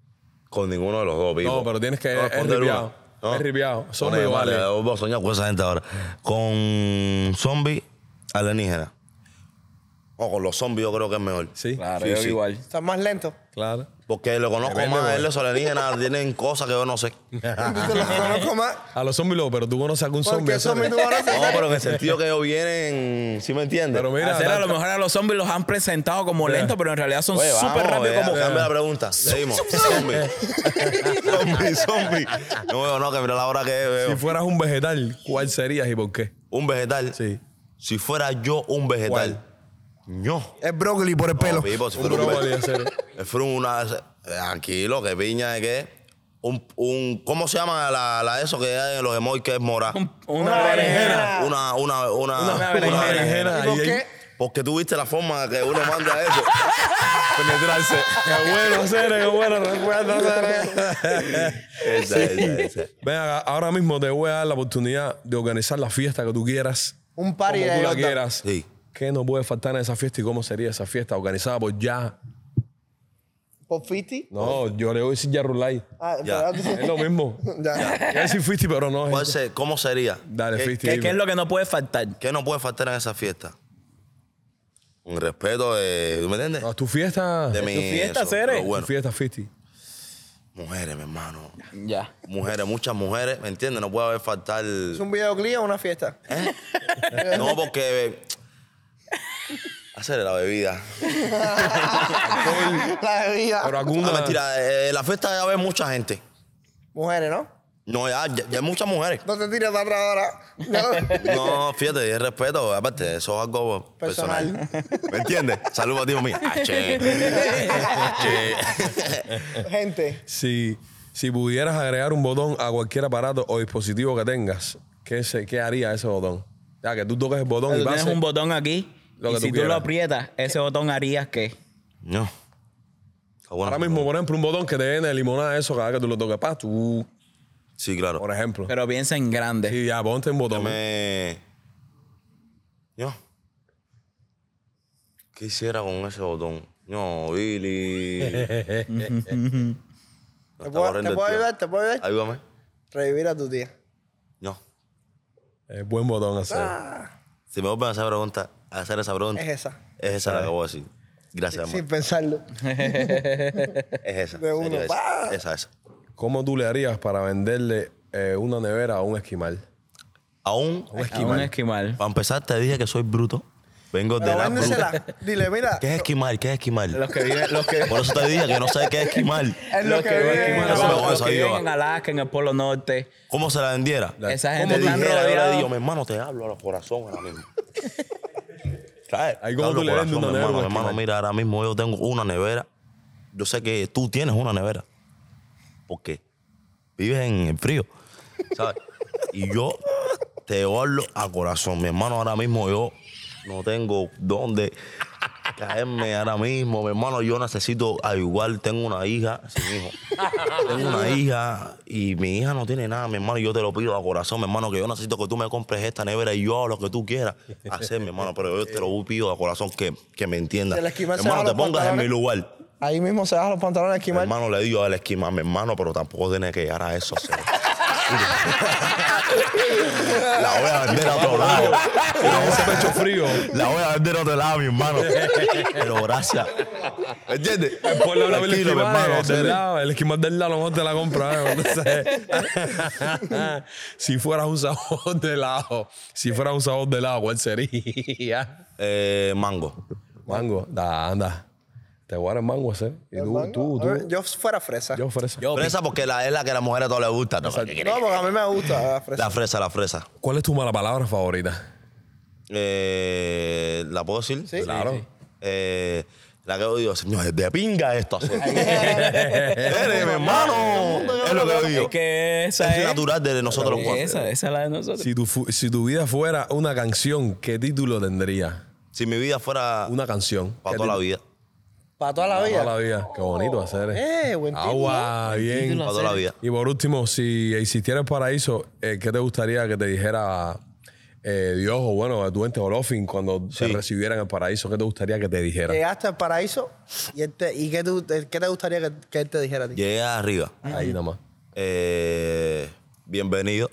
Con ninguno de los dos, vivo.
No, pero tienes que- es
pues. ponte
ripiado,
luna.
es ripiado. Zombie
Pone,
o
vale,
alien.
voy a soñar con esa gente ahora. Con zombie alienígena. O con los zombies yo creo que es mejor.
Sí,
Claro,
Sí,
yo
sí.
igual.
Estás más lento.
claro.
Porque lo conozco
Depende,
más,
güey.
él, los alienígenas [LAUGHS] tienen cosas que yo no sé.
Yo te los conozco más.
A los zombies, lo- pero tú conoces a algún zombie.
Porque son
¿sabes?
mis números.
No, pero en el sentido que ellos vienen, ¿sí me entiendes?
Pero mira,
Hacer a lo
tanto-
mejor a los zombies los han presentado como lentos, pero en realidad son
Oye, vamos,
súper rápidos.
ya,
Como
Cambia la pregunta.
[LAUGHS]
Seguimos. Zombie. zombie, zombie. No veo, no, que mira la hora que es, veo.
si fueras un vegetal, ¿cuál serías y por qué?
Un vegetal.
Sí.
Si fuera yo un vegetal. No.
Es brócoli por el
No,
pelo.
Pipo, si
Un
fuera un
brócoli,
vegetal.
en serio.
Es fue una. Aquí lo que piña de que un, un ¿Cómo se llama la, la eso que hay en los emojis que es mora?
una berenjena.
Una, una, una. una
berenjena.
berenjena,
¿Y por
ahí, ahí,
qué?
Porque tú viste la forma que uno manda eso.
penetrarse. Qué bueno, Cere, qué bueno, recuerda, Cere.
Esa, esa, esa.
Ven acá, ahora mismo te voy a dar la oportunidad de organizar la fiesta que tú quieras.
Un party
como
de
tú la
Jordan.
quieras.
Sí.
¿Qué no puede faltar en esa fiesta y cómo sería esa fiesta organizada por ya?
Por 50.
No, yo le voy a decir ya Rulay.
Ah,
Ya.
espera,
Es lo mismo.
[LAUGHS]
tú- ya.
Yo voy a decir 50, pero no.
¿Cuál
es-
se- ¿Cómo sería?
Dale,
¿Qué-
50.
¿Qué, qué es lo que no puede faltar?
¿Qué no puede faltar en esa fiesta? Un respeto de. ¿Tú me entiendes?
No, tu fiesta.
de
Tu
mi.
fiesta,
eso,
Cere.
pero bueno.
fiesta 50.
Mujeres, mi hermano.
Ya.
Mujeres, muchas mujeres, ¿me entiendes? No puede haber faltar.
¿Es un videoclip o una fiesta?
¿Eh? No, porque. Hacer la bebida.
[LAUGHS] La bebida.
Pero
Ah, No,
alguna.
mentira, eh, la fiesta ya haber mucha gente.
Mujeres, ¿no?
No, ya, ya, ya hay muchas mujeres.
No te tires para atrás ahora.
[LAUGHS]
No. [LAUGHS]
No, fíjate, es respeto, aparte, eso es algo personal. ¿Me entiendes? Saludos a ti,
[LAUGHS]
mami. Ah, che. Che. [LAUGHS]
Gente.
Si, si pudieras agregar un botón a cualquier aparato o dispositivo que tengas, ¿qué, se, qué haría ese botón? Ya que tú toques el botón
Tú
y
tienes
pase.
un botón aquí.
Lo
y
que tú
si tú lo
quieras.
aprietas, ese botón harías qué?
No. Está buena.
Ahora mismo, por ejemplo, un botón que te viene de limonada, eso, cada vez que tú lo toques, pa, tú,
Sí, claro.
por ejemplo.
Pero piensa en grande.
Y ya, ponte un botón.
Me... Yo. ¿Qué hiciera con ese botón? No, Billy.
[LAUGHS] ¿Te puedo, te puedo ayudar? ¿Te puedo ayudar?
Ayúdame.
Revivir a tu tía.
No.
Eh, buen botón hacer.
Ah.
Si me vuelven a hacer, pregunta, a hacer esa pregunta,
Es esa.
es esa la que voy a decir. Gracias,
Sin
amor.
pensarlo.
Es esa.
De uno.
señor,
¡Pah!
Esa, esa, esa.
¿Cómo tú le harías para venderle eh, una nevera a un esquimal?
Aún,
A Un esquimal.
para empezar, te dije que soy bruto. Vengo de
Pero
la bruta.
véndesela. Dile, mira.
¿Qué es esquimal? ¿Qué es esquimal?
Los que viven, los que,
Por eso te dije que no sé qué es esquimal.
Es lo
los
que
que viven-
viene.
Eso lo-
Eh, los
eso
que
ahí
viven
va.
en Alaska, en el Polo Norte.
¿Cómo se la vendiera?
Esa
¿Cómo
gente
te
está
dijera? Yo le
rodeada.
digo, mi hermano, te hablo a los corazones
[LAUGHS]
ahora mismo. ¿Sabes?
Ahí como
Te hablo
tú le
a
vendes una
mi
nevera,
hermano, mi
esquimal.
hermano, mira, ahora mismo yo tengo una nevera. Yo sé que tú tienes una nevera. Porque vives en el frío. [LAUGHS] ¿Sabes? y yo te hablo a corazón. Mi hermano, ahora mismo yo no tengo dónde caerme ahora mismo. Mi hermano, yo necesito, ah, igual tengo una hija sin hijo. tengo una hija y mi hija no tiene nada, mi hermano. Yo te lo pido a corazón, mi hermano, que yo necesito que tú me compres esta nevera y yo hago lo que tú quieras hacer, mi hermano. Pero yo te lo pido a corazón que, que me entiendas.
Se le esquima, se
hermano,
baja
te
los
pongas en mi
pantalones.
lugar.
Ahí mismo se baja los pantalones
Mi
esquimal.
hermano le dio al esquema a mi hermano, pero tampoco tiene que llegar a eso. señor. La voy a vender a otro
[LAUGHS]
lado.
ese pecho frío.
La voy a vender a otro lado, mi hermano. Pero gracias. ¿Me entiendes?
Después le habla el
Tranquilo, mi
esquimal
hermano.
del
seres.
lado, el esquimal del lado, a lo mejor te la compra. ¿eh? No sé. [LAUGHS] si fueras un sabor de helado, si fueras un sabor de helado, ¿cuál sería?
Eh, mango.
Mango, da, anda. Te guarda el mango ese. Y tú, tú,
A ver,
tú.
Yo fuera fresa.
Yo fresa.
Pero esa porque la, es la que a las mujeres a todas les gusta. ¿no?
no, porque a mí me gusta la fresa.
La fresa, la fresa.
¿Cuál es tu mala palabra favorita?
Eh, ¿La puedo decir?
Sí.
Claro.
Eh, la que odio, señor, es de pinga esto. señor. Eres, mi hermano. Es lo que odio.
Es que esa
Es
es.
natural de nosotros
Es
cuatro.
Esa, esa es la de nosotros.
Si tu, fu- si tu vida fuera una canción, ¿qué título tendría?
Si mi vida fuera
Una canción.
para
¿Qué
toda la
título?
vida.
Para toda la
Toda
vida.
la vida. Qué bonito hacer. eh.
Eh, buen título.
Agua, bien.
Para toda la vida.
Y por último, si existiera el paraíso, eh, ¿qué te gustaría que te dijera eh, Dios o bueno, tu ente Olofin cuando te recibieran el paraíso? ¿Qué te gustaría que te dijera?
Llegaste al paraíso y, él te- y qué, tú- te- qué te gustaría que, que él te dijera a ti.
Llegué arriba.
Ahí nada más.
Eh,
[LAUGHS]
bienvenido.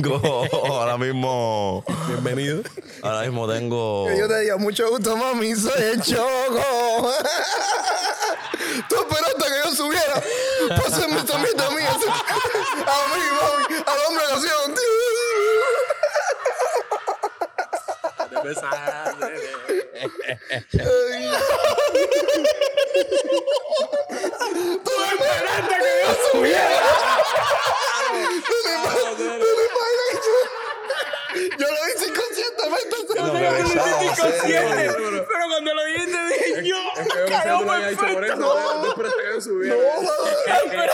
Como ahora mismo.
Bienvenido.
Ahora mismo tengo.
Yo te digo, mucho gusto, mami, soy el choco. [LAUGHS] Tú esperaste que yo subiera. Pues Pásenme esta mierda mía. A mí, mami, al hombre que hacía contigo. Tú esperaste que yo subiera. Tú te imaginas- tú te imaginas que yo- Yo lo hice inconscientemente. señor.
Pero cuando lo dijiste, dije yo. Cayó perfecto.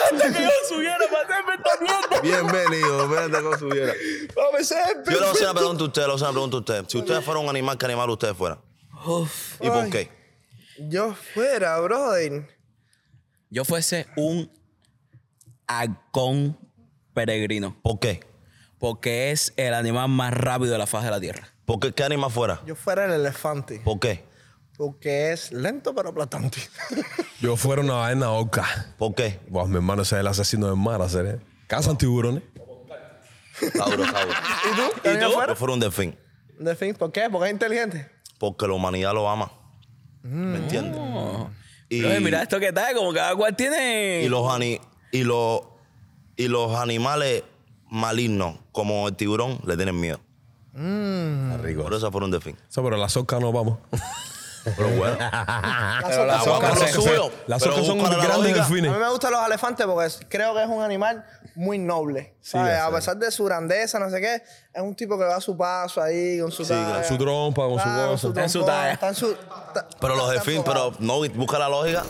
Esperaste que yo subiera para hacerme esta mierda.
Bienvenido. Espérate que subiera.
Vamos, ese es el
Yo le voy a hacer una pregunta a ustedes. Le voy a hacer una pregunta a ustedes. Si ustedes fueran un animal, ¿qué animal ustedes fueran? ¿Y por qué?
Yo fuera, brother.
Yo fuese un halcón peregrino.
¿Por qué?
Porque es el animal más rápido de la faz de la tierra.
¿Por qué? ¿Qué animal fuera?
Yo fuera el elefante.
¿Por qué?
Porque es lento pero aplastante.
Yo fuera una vaina oca.
¿Por qué?
Wow, mi hermano ese es el asesino del mar, hacer, ¿eh? Cazan tiburones.
Está duro, está duro.
¿Y tú? ¿Y tú?
Yo fuera un delfín.
¿Por qué? Porque es inteligente.
Porque la humanidad lo ama. ¿Me entiendes? Y,
eh,
Oye, mira esto que tal, como cada cual tiene.
y los ani- y los y los animales malignos, como el tiburón, le tienen miedo.
Mm.
Está rico.
Por eso fueron un delfín.
Eso, pero las ocas no vamos.
Pero bueno.
Las otras son-
boca lo
Las ocas son-
suyo,
las
pero
ocas son
busca la
grandes
lógica.
A
delfines.
mí me gustan los elefantes porque es- creo que es un animal muy noble. ¿sabes?
ya
A
sé.
pesar de su grandeza, no sé qué, es un tipo que va a su paso ahí, con su talla.
Su trompa, con
Ah,
su cosa.
trompón,
en su talla.
está en su- está-
Pero los
está
delfines,
enfocado.
pero no busca la lógica.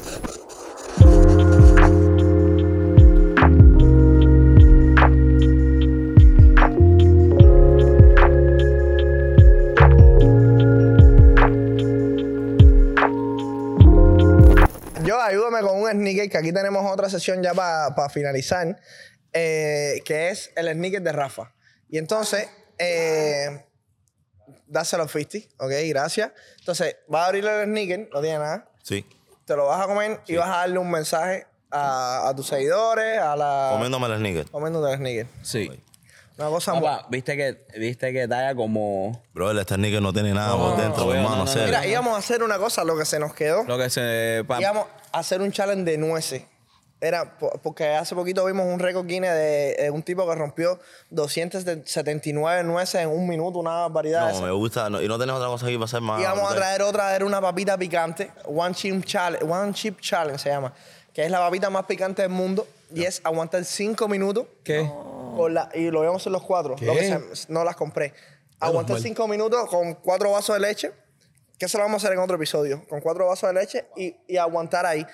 Yo ayúdame con un sneaker, que aquí tenemos otra sesión ya para finalizar, eh, que es el sneaker de Rafa. Y entonces, eh, dáselo a 50, ok, gracias. Entonces, vas a abrirle el sneaker, no tiene nada,
Sí.
te lo vas a comer y vas a darle un mensaje a, a tus seguidores, a la...
Comiéndome el sneaker.
Comiéndote el sneaker.
Sí.
Una cosa muy...
Papá, viste que, viste que talla como.
Bro, este sneaker no tiene nada por dentro,
no,
hermano.
no, no,
serio.
Mira, íbamos a hacer una cosa, lo que se nos quedó.
Lo que se. pa-
íbamos a hacer un challenge de nueces. Era po- porque hace poquito vimos un récord Guinness de, eh, un tipo que rompió 279 nueces en un minuto, una barbaridad.
no, me gusta. no- y no tenemos otra cosa aquí para hacer más.
y vamos a
brutal.
traer otra, era una papita picante, One Chip Challenge, One Chip Challenge se llama, que es la papita más picante del mundo y es aguantar 5 minutos.
¿Qué?
con la- y lo íbamos a hacer los cuatro, lo que se- no las compré. Aguantar
mal.
5 minutos con 4 vasos de leche, que eso lo vamos a hacer en otro episodio, con 4 vasos de leche y, y aguantar ahí.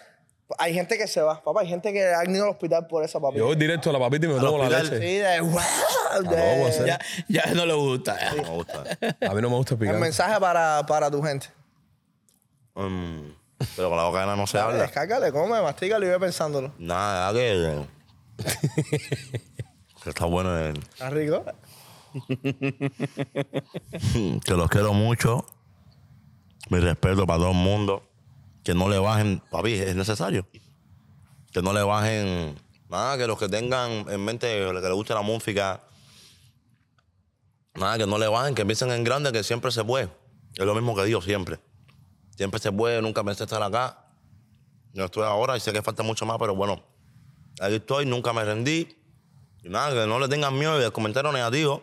Hay gente que se va, papá, hay gente que ha ido al hospital por esa papita.
Yo voy directo a la papita y me tomo la
hospital.
leche.
Sí, de, de-
vamos a hacer.
ya, ya no le gusta. ya.
Me gusta.
A mí no me gusta
el
picar.
mensaje para, para tu gente.
Mm, pero con la boca llena no se habla.
Descárgale, come, mastícalo y ve pensándolo.
Nada, que. que está bueno. eh.
¿Está rico?
Que los quiero mucho. Mi respeto para todo el mundo. Que no le bajen, papi, es necesario. Que no le bajen nada, que los que tengan en mente que les guste la música. Nada, que no le bajen, que piensen en grande, que siempre se puede. Es lo mismo que digo siempre. Siempre se puede, nunca pensé estar acá. Yo estoy ahora y sé que falta mucho más, pero bueno, ahí estoy, nunca me rendí. Y nada, que no le tengan miedo del comentario negativo.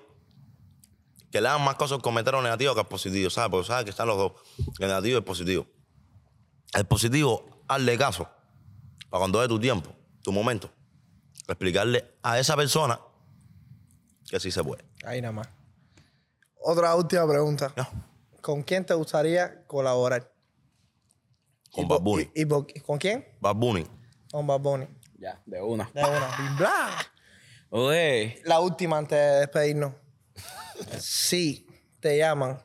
Que le hagan más cosas al comentario negativo que al positivo, ¿sabes? Porque sabes que están los dos, el negativo y el positivo. El positivo, hazle caso para cuando es tu tiempo, tu momento. Explicarle a esa persona que sí se puede.
Ahí nada más. Otra última pregunta.
Ya.
¿Con quién te gustaría colaborar?
Con
¿Y
Bad
por-
Bunny.
y- y por- ¿Con quién?
Bad Bunny.
Con Bad Bunny.
Ya, de una.
De una. Bim, bla.
Oye,
La última antes de despedirnos. Si te llaman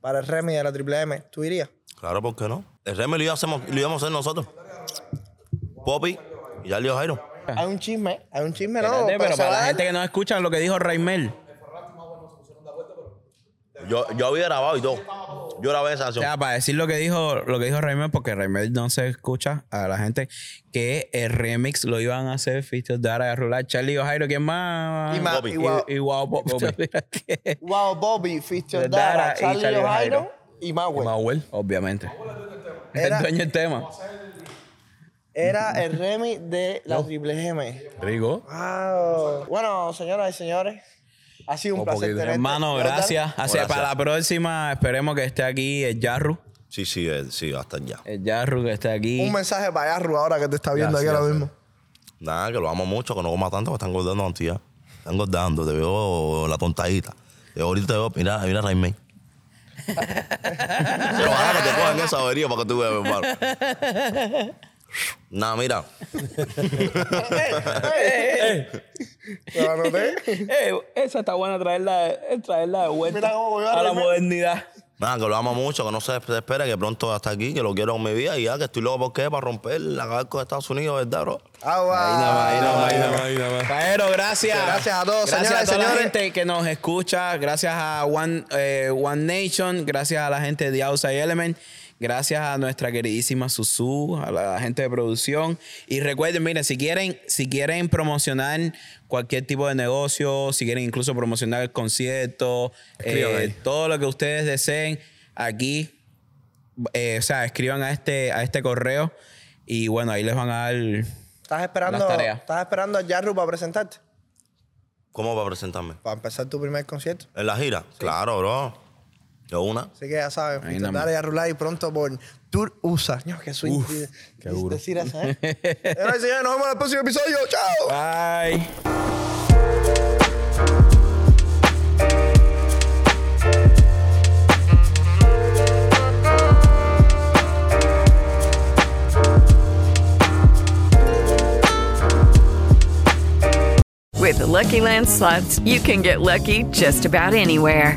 para el Remy de la Triple M, ¿tú irías?
Claro, ¿por qué no? El Remy lo, íbamos- lo íbamos a hacer nosotros. Poppy y ya Leo Jairo.
Hay un chisme, hay un chisme, no.
Ah. espérate,
pero
pero
se
para
va a
la
dar.
gente que no escucha lo que dijo Raimel.
Yo, yo había grabado y todo. Yo grabé esa
O
canción.
sea, para decir lo que dijo, lo que dijo Raimel, porque Raimel no se escucha a la gente, que el remix lo iban a hacer Fistos de Ara Rular, Charlie Ojairo, ¿quién más?
Y ma-
Bobby.
y guau-
Y, y Guau
[LAUGHS]
Pop. Mira que-
Wow, Bobby, Fischer
Dara
Dara,
y
Charlie
Charlie
O'Hairon
O'Hairon.
y Mawe.
Mahuel.
Obviamente.
Era-
El dueño del tema.
Era el Remy de la Triple M.
Rico.
Wow. Bueno, señoras y señores, ha sido un
Un
placer
poquito.
tenerte.
Hermano,
Jordan.
gracias. Así,
Gracias.
Para la próxima, esperemos que esté aquí el Yarru.
Sí, sí, eh, sí, hasta ya.
El Yarru que esté aquí. [LAUGHS]
[LAUGHS] Un mensaje para Yarru ahora que te está viendo
Gracias,
aquí ahora mismo.
Nada, que lo amo mucho, que no coma tanto, que están engordando, tía. Están engordando, te veo la tontadita. Te veo ahorita, te veo, mira, mira Raimé. Pero baja que te cojan esa avería para que tú veas, mi hermano. Nada, mira,
Lo
[LAUGHS]
anoté.
Eh, esa está buena traerla, eh, traerla de vuelta
Mira cómo volvió a
a la
Raimel.
modernidad.
nada, que lo amo mucho, que no se se espere, que pronto hasta aquí, que lo quiero en mi vida y ya, que estoy loco porque para romper la cabeza con Estados Unidos, ¿verdad, bro?
Agua.
Jairo, gracias.
Gracias a todos,
gracias
señoras y
a toda
señores.
la gente que nos escucha. Gracias a One, eh, One Nation. Gracias a la gente de Outside Element. Gracias a nuestra queridísima Susu, a la gente de producción. Y recuerden, miren, si quieren, si quieren promocionar cualquier tipo de negocio, si quieren incluso promocionar el concierto,
Escriban
eh,
ahí.
todo lo que ustedes deseen, aquí eh, o sea, escriban a este, a este correo y bueno, ahí les van a dar.
¿Estás esperando,
Las tareas.
¿Estás esperando a Yarru para presentarte?
¿Cómo va a presentarme?
Para empezar tu primer concierto.
¿En la gira? Claro, bro. De una.
Así que ya sabes,
Ahí
intentar
nada
a Yarru Live pronto por Tour USA. No, que soy qué duro. decir eso, ¿eh? [LAUGHS] Señoras y señores, nos vemos en el próximo episodio. ¡Chao!
Bye.
With the Lucky Land slots, you can get lucky just about anywhere.